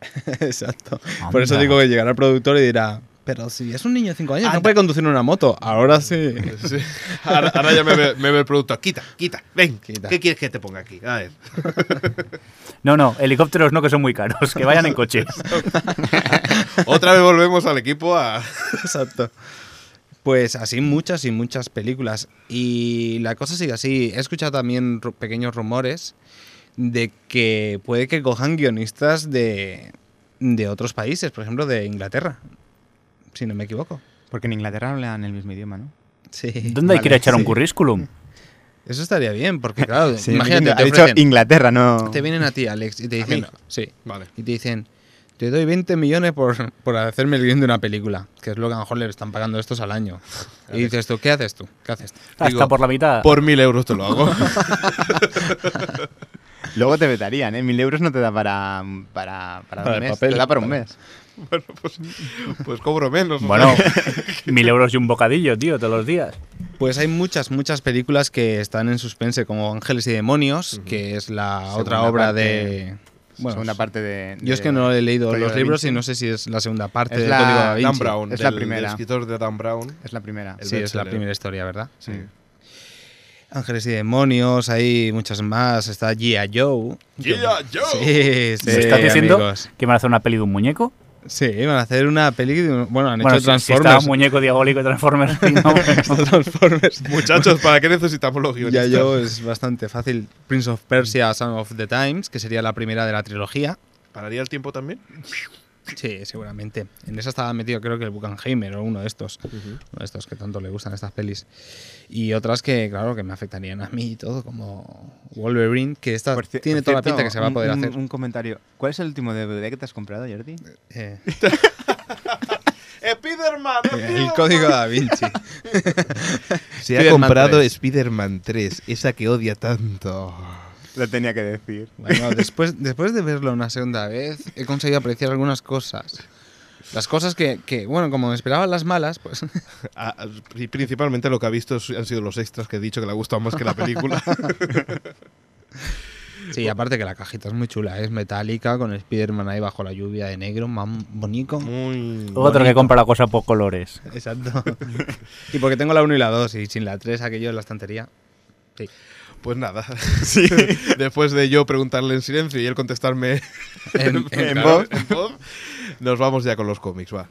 [SPEAKER 5] Exacto. Por eso
[SPEAKER 3] Anda.
[SPEAKER 5] digo que llegará el productor y dirá, pero si es un niño de 5 años,
[SPEAKER 1] Anda.
[SPEAKER 5] no puede conducir una moto. Ahora sí.
[SPEAKER 1] Sí. Ahora, ahora ya me ve, me ve el producto. Quita, quita, ven.
[SPEAKER 5] Quita.
[SPEAKER 1] ¿Qué quieres que te ponga aquí? A ver.
[SPEAKER 3] No, no, helicópteros no, que son muy caros. Que vayan en coches.
[SPEAKER 1] Otra vez volvemos al equipo a.
[SPEAKER 5] Exacto. Pues así muchas y muchas películas. Y la cosa sigue así. He escuchado también ru- pequeños rumores de que puede que cojan guionistas de, de otros países, por ejemplo, de Inglaterra. Si no me equivoco.
[SPEAKER 7] Porque en Inglaterra hablan el mismo idioma, ¿no?
[SPEAKER 5] Sí.
[SPEAKER 3] ¿Dónde hay que ir a echar un
[SPEAKER 5] sí.
[SPEAKER 3] currículum?
[SPEAKER 5] Eso estaría bien, porque claro,
[SPEAKER 7] Sí,
[SPEAKER 5] imagínate,
[SPEAKER 7] ha
[SPEAKER 5] te,
[SPEAKER 7] dicho
[SPEAKER 5] ofrecen-
[SPEAKER 7] Inglaterra, no.
[SPEAKER 5] te vienen a ti, Alex, y te
[SPEAKER 1] ¿A mí?
[SPEAKER 5] dicen, sí,
[SPEAKER 1] Vale.
[SPEAKER 5] y te dicen, te doy 20 millones por, por hacerme el guión de una película, que es lo que a lo mejor le están pagando estos al año. Y dices tú, ¿qué haces tú? ¿Qué haces tú?
[SPEAKER 3] Hasta
[SPEAKER 1] Digo,
[SPEAKER 3] por la mitad.
[SPEAKER 1] Por mil euros te lo hago.
[SPEAKER 7] Luego te vetarían, ¿eh? Mil euros no te da para, para, para,
[SPEAKER 5] Para
[SPEAKER 7] un
[SPEAKER 5] el
[SPEAKER 7] mes.
[SPEAKER 5] papel.
[SPEAKER 7] te da para un
[SPEAKER 5] Vale.
[SPEAKER 7] mes.
[SPEAKER 1] bueno, pues, pues cobro menos. o
[SPEAKER 3] Bueno,
[SPEAKER 1] sea.
[SPEAKER 3] mil euros y un bocadillo, tío, todos los días.
[SPEAKER 5] Pues hay muchas, muchas películas que están en suspense, como Ángeles y Demonios, que es la otra
[SPEAKER 7] Segunda
[SPEAKER 5] obra
[SPEAKER 7] parte-
[SPEAKER 5] de... Bueno,
[SPEAKER 7] segunda parte de,
[SPEAKER 5] yo es
[SPEAKER 7] de-
[SPEAKER 5] que no he leído
[SPEAKER 7] Código
[SPEAKER 5] los
[SPEAKER 7] da
[SPEAKER 5] libros y
[SPEAKER 7] Vinci.
[SPEAKER 5] no sé si es la segunda parte
[SPEAKER 7] Es
[SPEAKER 5] del
[SPEAKER 7] la-
[SPEAKER 5] Código da
[SPEAKER 1] Dan
[SPEAKER 5] Vinci.
[SPEAKER 1] Brown.
[SPEAKER 7] Es la
[SPEAKER 1] del-
[SPEAKER 7] primera.
[SPEAKER 1] del escritor de Dan Brown.
[SPEAKER 7] Es la primera.
[SPEAKER 1] El
[SPEAKER 5] Sí, es la
[SPEAKER 1] bestseller.
[SPEAKER 5] primera historia, ¿verdad?
[SPEAKER 1] Sí.
[SPEAKER 5] Ángeles y Demonios, hay muchas más. Está G.I. Joe.
[SPEAKER 1] G.I. Joe.
[SPEAKER 5] Sí, sí,
[SPEAKER 3] ¿Me estás diciendo
[SPEAKER 5] amigos.
[SPEAKER 3] que van a hacer una peli de un muñeco?
[SPEAKER 5] Sí, van a hacer una peli. de un- Bueno, han
[SPEAKER 3] bueno,
[SPEAKER 5] hecho
[SPEAKER 3] si- si está
[SPEAKER 5] Transformers.
[SPEAKER 3] muñeco diabólico de Transformers. sí, no, bueno.
[SPEAKER 5] Transformers.
[SPEAKER 1] Muchachos, ¿para qué necesitamos los guionistas?
[SPEAKER 5] G.I. Joe es bastante fácil. Prince of Persia, Son of the Times, que sería la primera de la trilogía.
[SPEAKER 1] ¿Pararía el tiempo también?
[SPEAKER 5] Sí, seguramente. En esa estaba metido, creo que el Buckenheimer o uno de estos. Uno de estos que tanto le gustan estas pelis. Y otras que, claro, que me afectarían a mí y todo, como Wolverine, que esta
[SPEAKER 7] Por ci-
[SPEAKER 5] tiene
[SPEAKER 7] por
[SPEAKER 5] toda la
[SPEAKER 7] cierto,
[SPEAKER 5] pinta que se va a
[SPEAKER 7] un-
[SPEAKER 5] poder
[SPEAKER 7] un-
[SPEAKER 5] hacer.
[SPEAKER 7] Un comentario. ¿Cuál es el último DVD que te has comprado, Jordi?
[SPEAKER 5] Eh,
[SPEAKER 1] ¡Spiderman!
[SPEAKER 5] el código da Vinci.
[SPEAKER 1] Se ha
[SPEAKER 5] Spiderman
[SPEAKER 1] comprado
[SPEAKER 5] 3.
[SPEAKER 1] Spider-Man 3, esa que odia tanto.
[SPEAKER 7] Lo tenía que decir.
[SPEAKER 5] Bueno, después, después de verlo una segunda vez, he conseguido apreciar algunas cosas. Las cosas que, que, bueno, como me esperaban las malas, pues
[SPEAKER 1] Ah, ah, pri- principalmente lo que ha visto es- han sido los extras que he dicho que le ha gustado más que la película.
[SPEAKER 5] Sí, aparte que la cajita es muy chula, es metálica, con el Spider-Man ahí bajo la lluvia de negro, más bonito.
[SPEAKER 1] Muy.
[SPEAKER 3] Otro que compra la cosa por colores.
[SPEAKER 5] Exacto. y porque tengo la 1 y la 2, y sin la 3 aquello en la estantería.
[SPEAKER 1] Pues nada. Después de yo preguntarle en silencio y él contestarme
[SPEAKER 5] En- en-
[SPEAKER 1] en
[SPEAKER 5] claro.
[SPEAKER 1] voz, en voz, nos vamos ya con los cómics, va.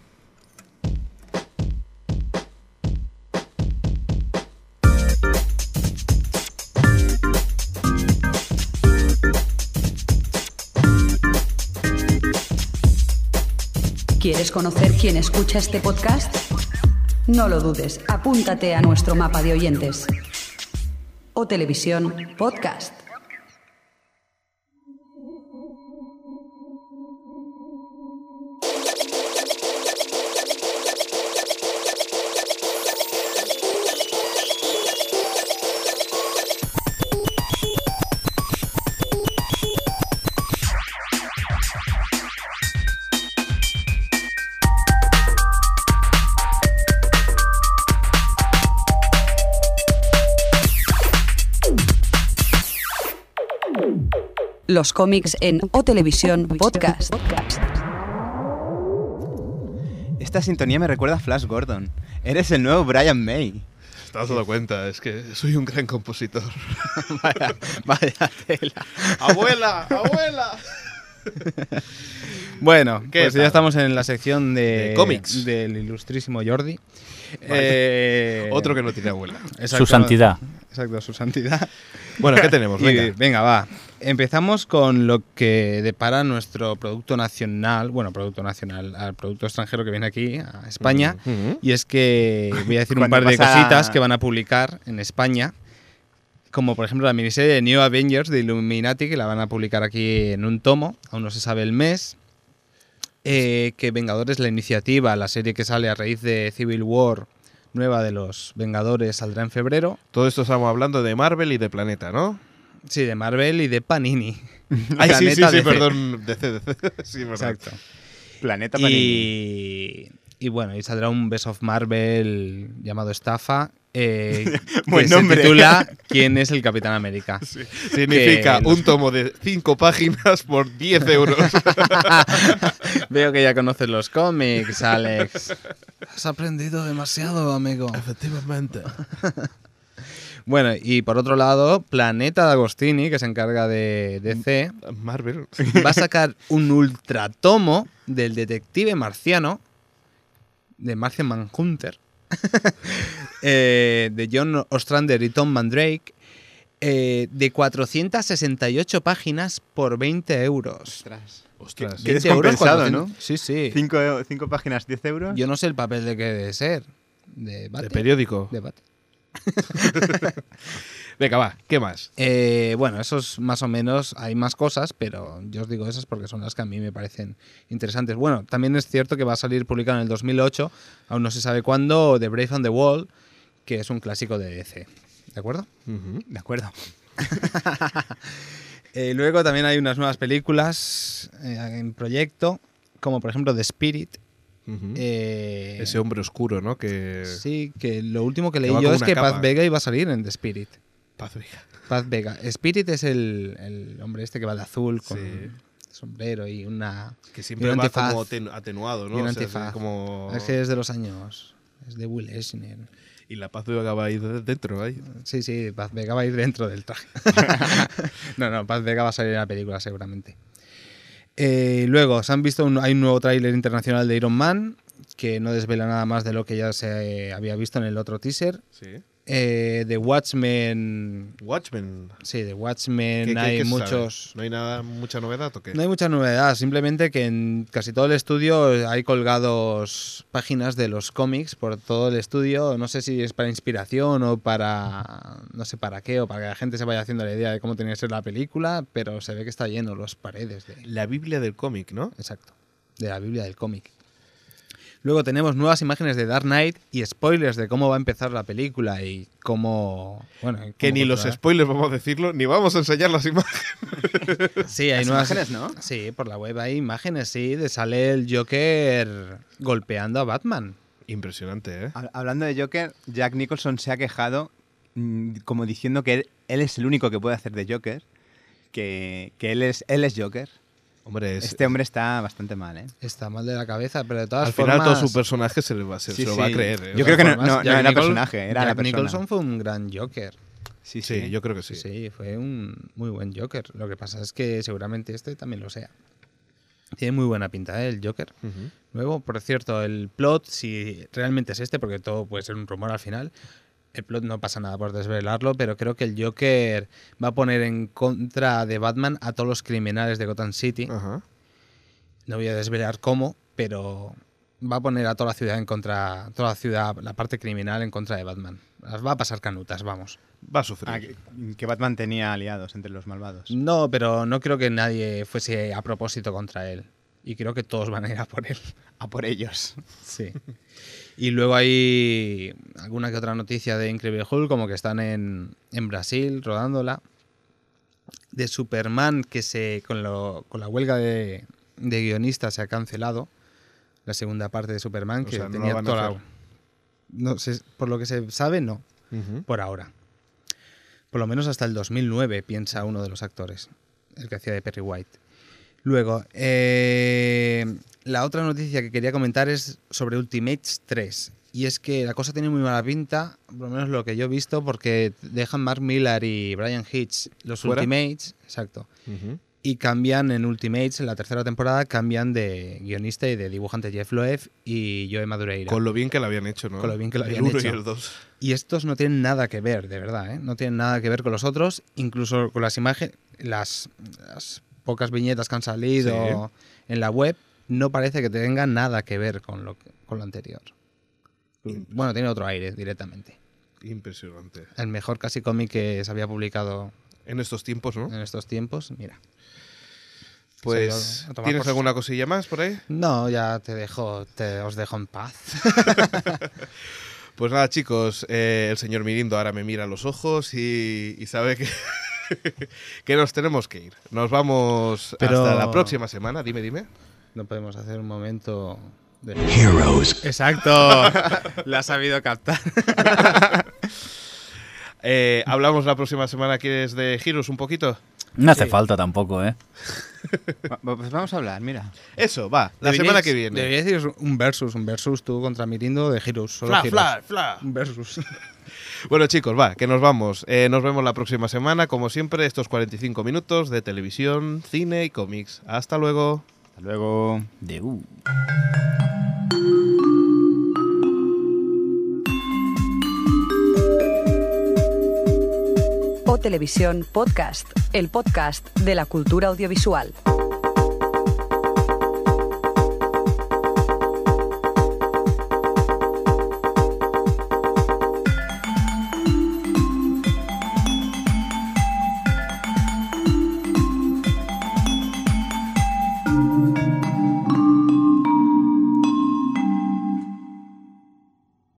[SPEAKER 4] ¿Quieres conocer quién escucha este podcast? No lo dudes, apúntate a nuestro mapa de oyentes. O Televisión Podcast. Los cómics en O Televisión Podcast.
[SPEAKER 7] Esta sintonía me recuerda a Flash Gordon. Eres el nuevo Brian May.
[SPEAKER 1] Te has dado cuenta, es que soy un gran compositor.
[SPEAKER 7] vaya, vaya tela.
[SPEAKER 1] ¡Abuela! ¡Abuela!
[SPEAKER 5] Bueno,
[SPEAKER 1] ¿Qué
[SPEAKER 5] pues
[SPEAKER 1] tal?
[SPEAKER 5] ya estamos en la sección de,
[SPEAKER 1] De cómics.
[SPEAKER 5] del ilustrísimo Jordi. Eh,
[SPEAKER 1] Otro que no tiene abuela.
[SPEAKER 5] exacto,
[SPEAKER 3] Su santidad.
[SPEAKER 5] Exacto, su santidad.
[SPEAKER 1] Bueno, ¿qué tenemos?
[SPEAKER 5] Y,
[SPEAKER 1] Venga.
[SPEAKER 5] va. Empezamos con lo que depara nuestro producto nacional, bueno, producto nacional, al producto extranjero que viene aquí, a España.
[SPEAKER 1] Ujú.
[SPEAKER 5] Y es que voy a decir un
[SPEAKER 7] Cuando
[SPEAKER 5] par de
[SPEAKER 7] pasa-
[SPEAKER 5] cositas que van a publicar en España. Como por ejemplo la miniserie de New Avengers de Illuminati, que la van a publicar aquí en un tomo, aún no se sabe el mes. Eh, que Vengadores, la iniciativa, la serie que sale a raíz de Civil War nueva de los Vengadores, saldrá en febrero.
[SPEAKER 1] Todo esto estamos hablando de Marvel y de Planeta, ¿no?
[SPEAKER 5] Sí, de Marvel y de Panini.
[SPEAKER 1] Ay, Ah, sí, sí,
[SPEAKER 5] Planeta
[SPEAKER 1] sí,
[SPEAKER 5] DC.
[SPEAKER 1] perdón. DC, Sí, verdad.
[SPEAKER 5] Exacto.
[SPEAKER 7] Planeta Panini.
[SPEAKER 5] Y, y bueno, y saldrá un Best of Marvel llamado Estafa. eh,
[SPEAKER 7] Buen
[SPEAKER 5] que
[SPEAKER 7] nombre.
[SPEAKER 5] se titula ¿Quién es el Capitán América?
[SPEAKER 1] Significa
[SPEAKER 5] Que-
[SPEAKER 1] un tomo de 5 páginas por 10 euros.
[SPEAKER 5] Veo que ya conoces los cómics, Alex. Has aprendido demasiado, amigo.
[SPEAKER 1] Efectivamente.
[SPEAKER 5] Bueno, y por otro lado, Planeta D'Agostini, que se encarga de DC,
[SPEAKER 1] Mm. Marvel.
[SPEAKER 5] va a sacar un ultratomo del detective marciano de Martian Manhunter eh, de John Ostrander y Tom Mandrake eh, de 468 páginas por 20 euros.
[SPEAKER 1] Ostras.
[SPEAKER 7] Qué
[SPEAKER 5] 20 euros,
[SPEAKER 7] descompensado,
[SPEAKER 5] 400.
[SPEAKER 7] ¿no?
[SPEAKER 5] Sí, sí.
[SPEAKER 7] Cinco, e- cinco páginas, 10 euros.
[SPEAKER 5] Yo no sé el papel de que debe ser. De bate.
[SPEAKER 1] De periódico.
[SPEAKER 5] De bate.
[SPEAKER 1] Venga, va, ¿qué más?
[SPEAKER 5] Eh, bueno, eso es más o menos, hay más cosas, pero yo os digo esas porque son las que a mí me parecen interesantes. Bueno, también es cierto que va a salir publicado en el 2008, aún no se sabe cuándo, The Brave and the Wall, que es un clásico de DC. ¿De acuerdo?
[SPEAKER 7] De acuerdo.
[SPEAKER 5] Eh, luego también hay unas nuevas películas eh, en proyecto, como por ejemplo The Spirit.
[SPEAKER 1] Ujú.
[SPEAKER 5] eh,
[SPEAKER 1] Mm. Ese hombre oscuro, ¿no? Que.
[SPEAKER 5] sí, que lo último que leí
[SPEAKER 1] va
[SPEAKER 5] yo
[SPEAKER 1] con
[SPEAKER 5] es
[SPEAKER 1] una
[SPEAKER 5] que
[SPEAKER 1] capa.
[SPEAKER 5] Paz Vega iba a salir en The Spirit.
[SPEAKER 1] Paz Vega.
[SPEAKER 5] Paz Vega. Spirit es el, el hombre este que va de azul con
[SPEAKER 1] Sí.
[SPEAKER 5] sombrero y una.
[SPEAKER 1] Que
[SPEAKER 5] y
[SPEAKER 1] siempre
[SPEAKER 5] un
[SPEAKER 1] va
[SPEAKER 5] antifaz.
[SPEAKER 1] como aten- atenuado, ¿no?
[SPEAKER 5] y un
[SPEAKER 1] O sea,
[SPEAKER 5] antifaz.
[SPEAKER 1] como...
[SPEAKER 5] Es que es de los años. Es de Will Eisner.
[SPEAKER 1] Y la Paz Vega va ahí de- dentro, ahí.
[SPEAKER 5] Sí, sí, Paz Vega va a ir dentro del traje. no, no, Paz Vega va a salir en la película seguramente. Eh, luego, se han visto un- hay un nuevo tráiler internacional de Iron Man que no desvela nada más de lo que ya se había visto en el otro teaser.
[SPEAKER 1] Sí.
[SPEAKER 5] Eh, de Watchmen.
[SPEAKER 1] Watchmen.
[SPEAKER 5] Sí, de
[SPEAKER 1] ¿Qué-
[SPEAKER 5] Watchmen
[SPEAKER 1] qué-
[SPEAKER 5] hay
[SPEAKER 1] qué se sabe?
[SPEAKER 5] muchos.
[SPEAKER 1] ¿No hay nada, mucha novedad o qué?
[SPEAKER 5] No hay mucha novedad, simplemente que en casi todo el estudio hay colgados páginas de los cómics por todo el estudio. No sé si es para inspiración o para. no sé para qué, o para que la gente se vaya haciendo la idea de cómo tenía que ser la película, pero se ve que está lleno los paredes de.
[SPEAKER 1] La Biblia del cómic, ¿no?
[SPEAKER 5] Exacto, de la Biblia del cómic. Luego tenemos nuevas imágenes de Dark Knight y spoilers de cómo va a empezar la película y cómo. Bueno,
[SPEAKER 1] Que
[SPEAKER 5] cómo
[SPEAKER 1] ni los
[SPEAKER 5] controlar.
[SPEAKER 1] spoilers vamos a decirlo, ni vamos a enseñar las imágenes.
[SPEAKER 5] Sí, hay
[SPEAKER 7] Las
[SPEAKER 5] nuevas
[SPEAKER 7] imágenes, ¿no?
[SPEAKER 5] Sí, por la web hay imágenes, sí, de sale el Joker golpeando a Batman.
[SPEAKER 1] Impresionante, ¿eh?
[SPEAKER 5] Ah,
[SPEAKER 7] Hab- Hablando de Joker, Jack Nicholson se ha quejado mm, como diciendo que él, él es el único que puede hacer de Joker, que, que él, es, él es Joker.
[SPEAKER 1] Hombre, es,
[SPEAKER 7] Este hombre está bastante mal, ¿eh?
[SPEAKER 5] Está mal de la cabeza, pero de todas
[SPEAKER 1] al final todo
[SPEAKER 5] formas-
[SPEAKER 1] su personaje se, le va, se,
[SPEAKER 7] Sí,
[SPEAKER 1] se lo va a
[SPEAKER 7] sí.
[SPEAKER 1] creer. ¿eh?
[SPEAKER 7] Yo
[SPEAKER 1] O sea,
[SPEAKER 7] creo que no-
[SPEAKER 5] Además,
[SPEAKER 7] no
[SPEAKER 5] Jack
[SPEAKER 7] era
[SPEAKER 5] Nicholson-
[SPEAKER 7] personaje, era la
[SPEAKER 5] Jack
[SPEAKER 7] persona.
[SPEAKER 5] Nicholson fue un gran Joker.
[SPEAKER 7] Sí, sí.
[SPEAKER 1] Sí, yo creo que sí.
[SPEAKER 5] Sí. fue un muy buen Joker. Lo que pasa es que seguramente este también lo sea. Tiene muy buena pinta ¿eh? el Joker.
[SPEAKER 1] Ujú.
[SPEAKER 5] Luego, por cierto, el plot, si realmente es este, porque todo puede ser un rumor al final, el plot no pasa nada por desvelarlo, pero creo que el Joker va a poner en contra de Batman a todos los criminales de Gotham City.
[SPEAKER 1] Ajá.
[SPEAKER 5] No voy a desvelar cómo, pero va a poner a toda la ciudad en contra, toda la ciudad, la parte criminal en contra de Batman. Las va a pasar canutas, vamos.
[SPEAKER 1] Va a sufrir.
[SPEAKER 7] Ah, que, Mm. que Batman tenía aliados entre los malvados.
[SPEAKER 5] No, pero no creo que nadie fuese a propósito contra él. Y creo que todos van a ir a por él.
[SPEAKER 7] A por ellos.
[SPEAKER 5] Sí. Y luego hay alguna que otra noticia de Incredible Hulk, como que están en, en Brasil rodándola. De Superman, que se con, lo- con la huelga de, de guionistas se ha cancelado. La segunda parte de Superman,
[SPEAKER 1] O
[SPEAKER 5] que
[SPEAKER 1] sea, no la
[SPEAKER 5] tenía
[SPEAKER 1] van a
[SPEAKER 5] toda la-
[SPEAKER 1] hacer.
[SPEAKER 5] No sé, por lo que se sabe, no,
[SPEAKER 1] Ujú.
[SPEAKER 5] por ahora. Por lo menos hasta el 2009, piensa uno de los actores, el que hacía de Perry White. Luego, eh, la otra noticia que quería comentar es sobre Ultimates 3. Y es que la cosa tiene muy mala pinta, por lo menos lo que yo he visto, porque dejan Mark Millar y Brian Hitch los
[SPEAKER 1] ¿Fuera?
[SPEAKER 5] Ultimates, exacto.
[SPEAKER 1] Ujú.
[SPEAKER 5] Y cambian en Ultimates, en la tercera temporada, cambian de guionista y de dibujante Jeff Loeb y Joe Madureira.
[SPEAKER 1] Con lo bien que lo habían hecho, ¿no?
[SPEAKER 5] Con lo bien que lo
[SPEAKER 1] El
[SPEAKER 5] habían
[SPEAKER 1] uno
[SPEAKER 5] hecho.
[SPEAKER 1] y el dos.
[SPEAKER 5] Y estos no tienen nada que ver, de verdad, ¿eh? No tienen nada que ver con los otros, incluso con las imágenes, las, las pocas viñetas que han salido en la web, no parece que tengan nada que ver con lo, que- con lo anterior. Bueno, tiene otro aire directamente.
[SPEAKER 1] Impresionante.
[SPEAKER 5] El mejor casi cómic que se había publicado
[SPEAKER 1] En estos tiempos, ¿no?
[SPEAKER 5] en estos tiempos, mira.
[SPEAKER 1] Pues,
[SPEAKER 5] se ha ido a tomar
[SPEAKER 1] ¿tienes
[SPEAKER 5] por-
[SPEAKER 1] alguna cosilla más por ahí?
[SPEAKER 5] No, ya te dejo, te, os dejo en paz.
[SPEAKER 1] Pues nada, chicos, eh, el señor Mirindo ahora me mira a los ojos y, y sabe que, que nos tenemos que ir. Nos vamos
[SPEAKER 5] Pero-
[SPEAKER 1] hasta la próxima semana. Dime, dime.
[SPEAKER 5] No podemos hacer un momento de...
[SPEAKER 6] Heroes.
[SPEAKER 5] Exacto, la has sabido captar.
[SPEAKER 1] Eh, hablamos la próxima semana, ¿quieres de Heroes un poquito?
[SPEAKER 3] No hace falta tampoco, ¿eh?
[SPEAKER 7] Va- va- Pues vamos a hablar, mira.
[SPEAKER 1] Eso, va, la
[SPEAKER 5] Deberíais-
[SPEAKER 1] semana que viene.
[SPEAKER 5] Debería decir un versus, un versus tú contra Mirindo de Heroes. Solo
[SPEAKER 1] Fla,
[SPEAKER 5] Heroes.
[SPEAKER 1] fla, fla.
[SPEAKER 5] Un versus.
[SPEAKER 1] Bueno, chicos, va, que nos vamos. Eh, nos vemos la próxima semana, como siempre, estos 45 minutos de televisión, cine y cómics. Hasta luego.
[SPEAKER 7] Hasta luego.
[SPEAKER 3] De uh.
[SPEAKER 4] O Televisión Podcast, el podcast de la cultura audiovisual.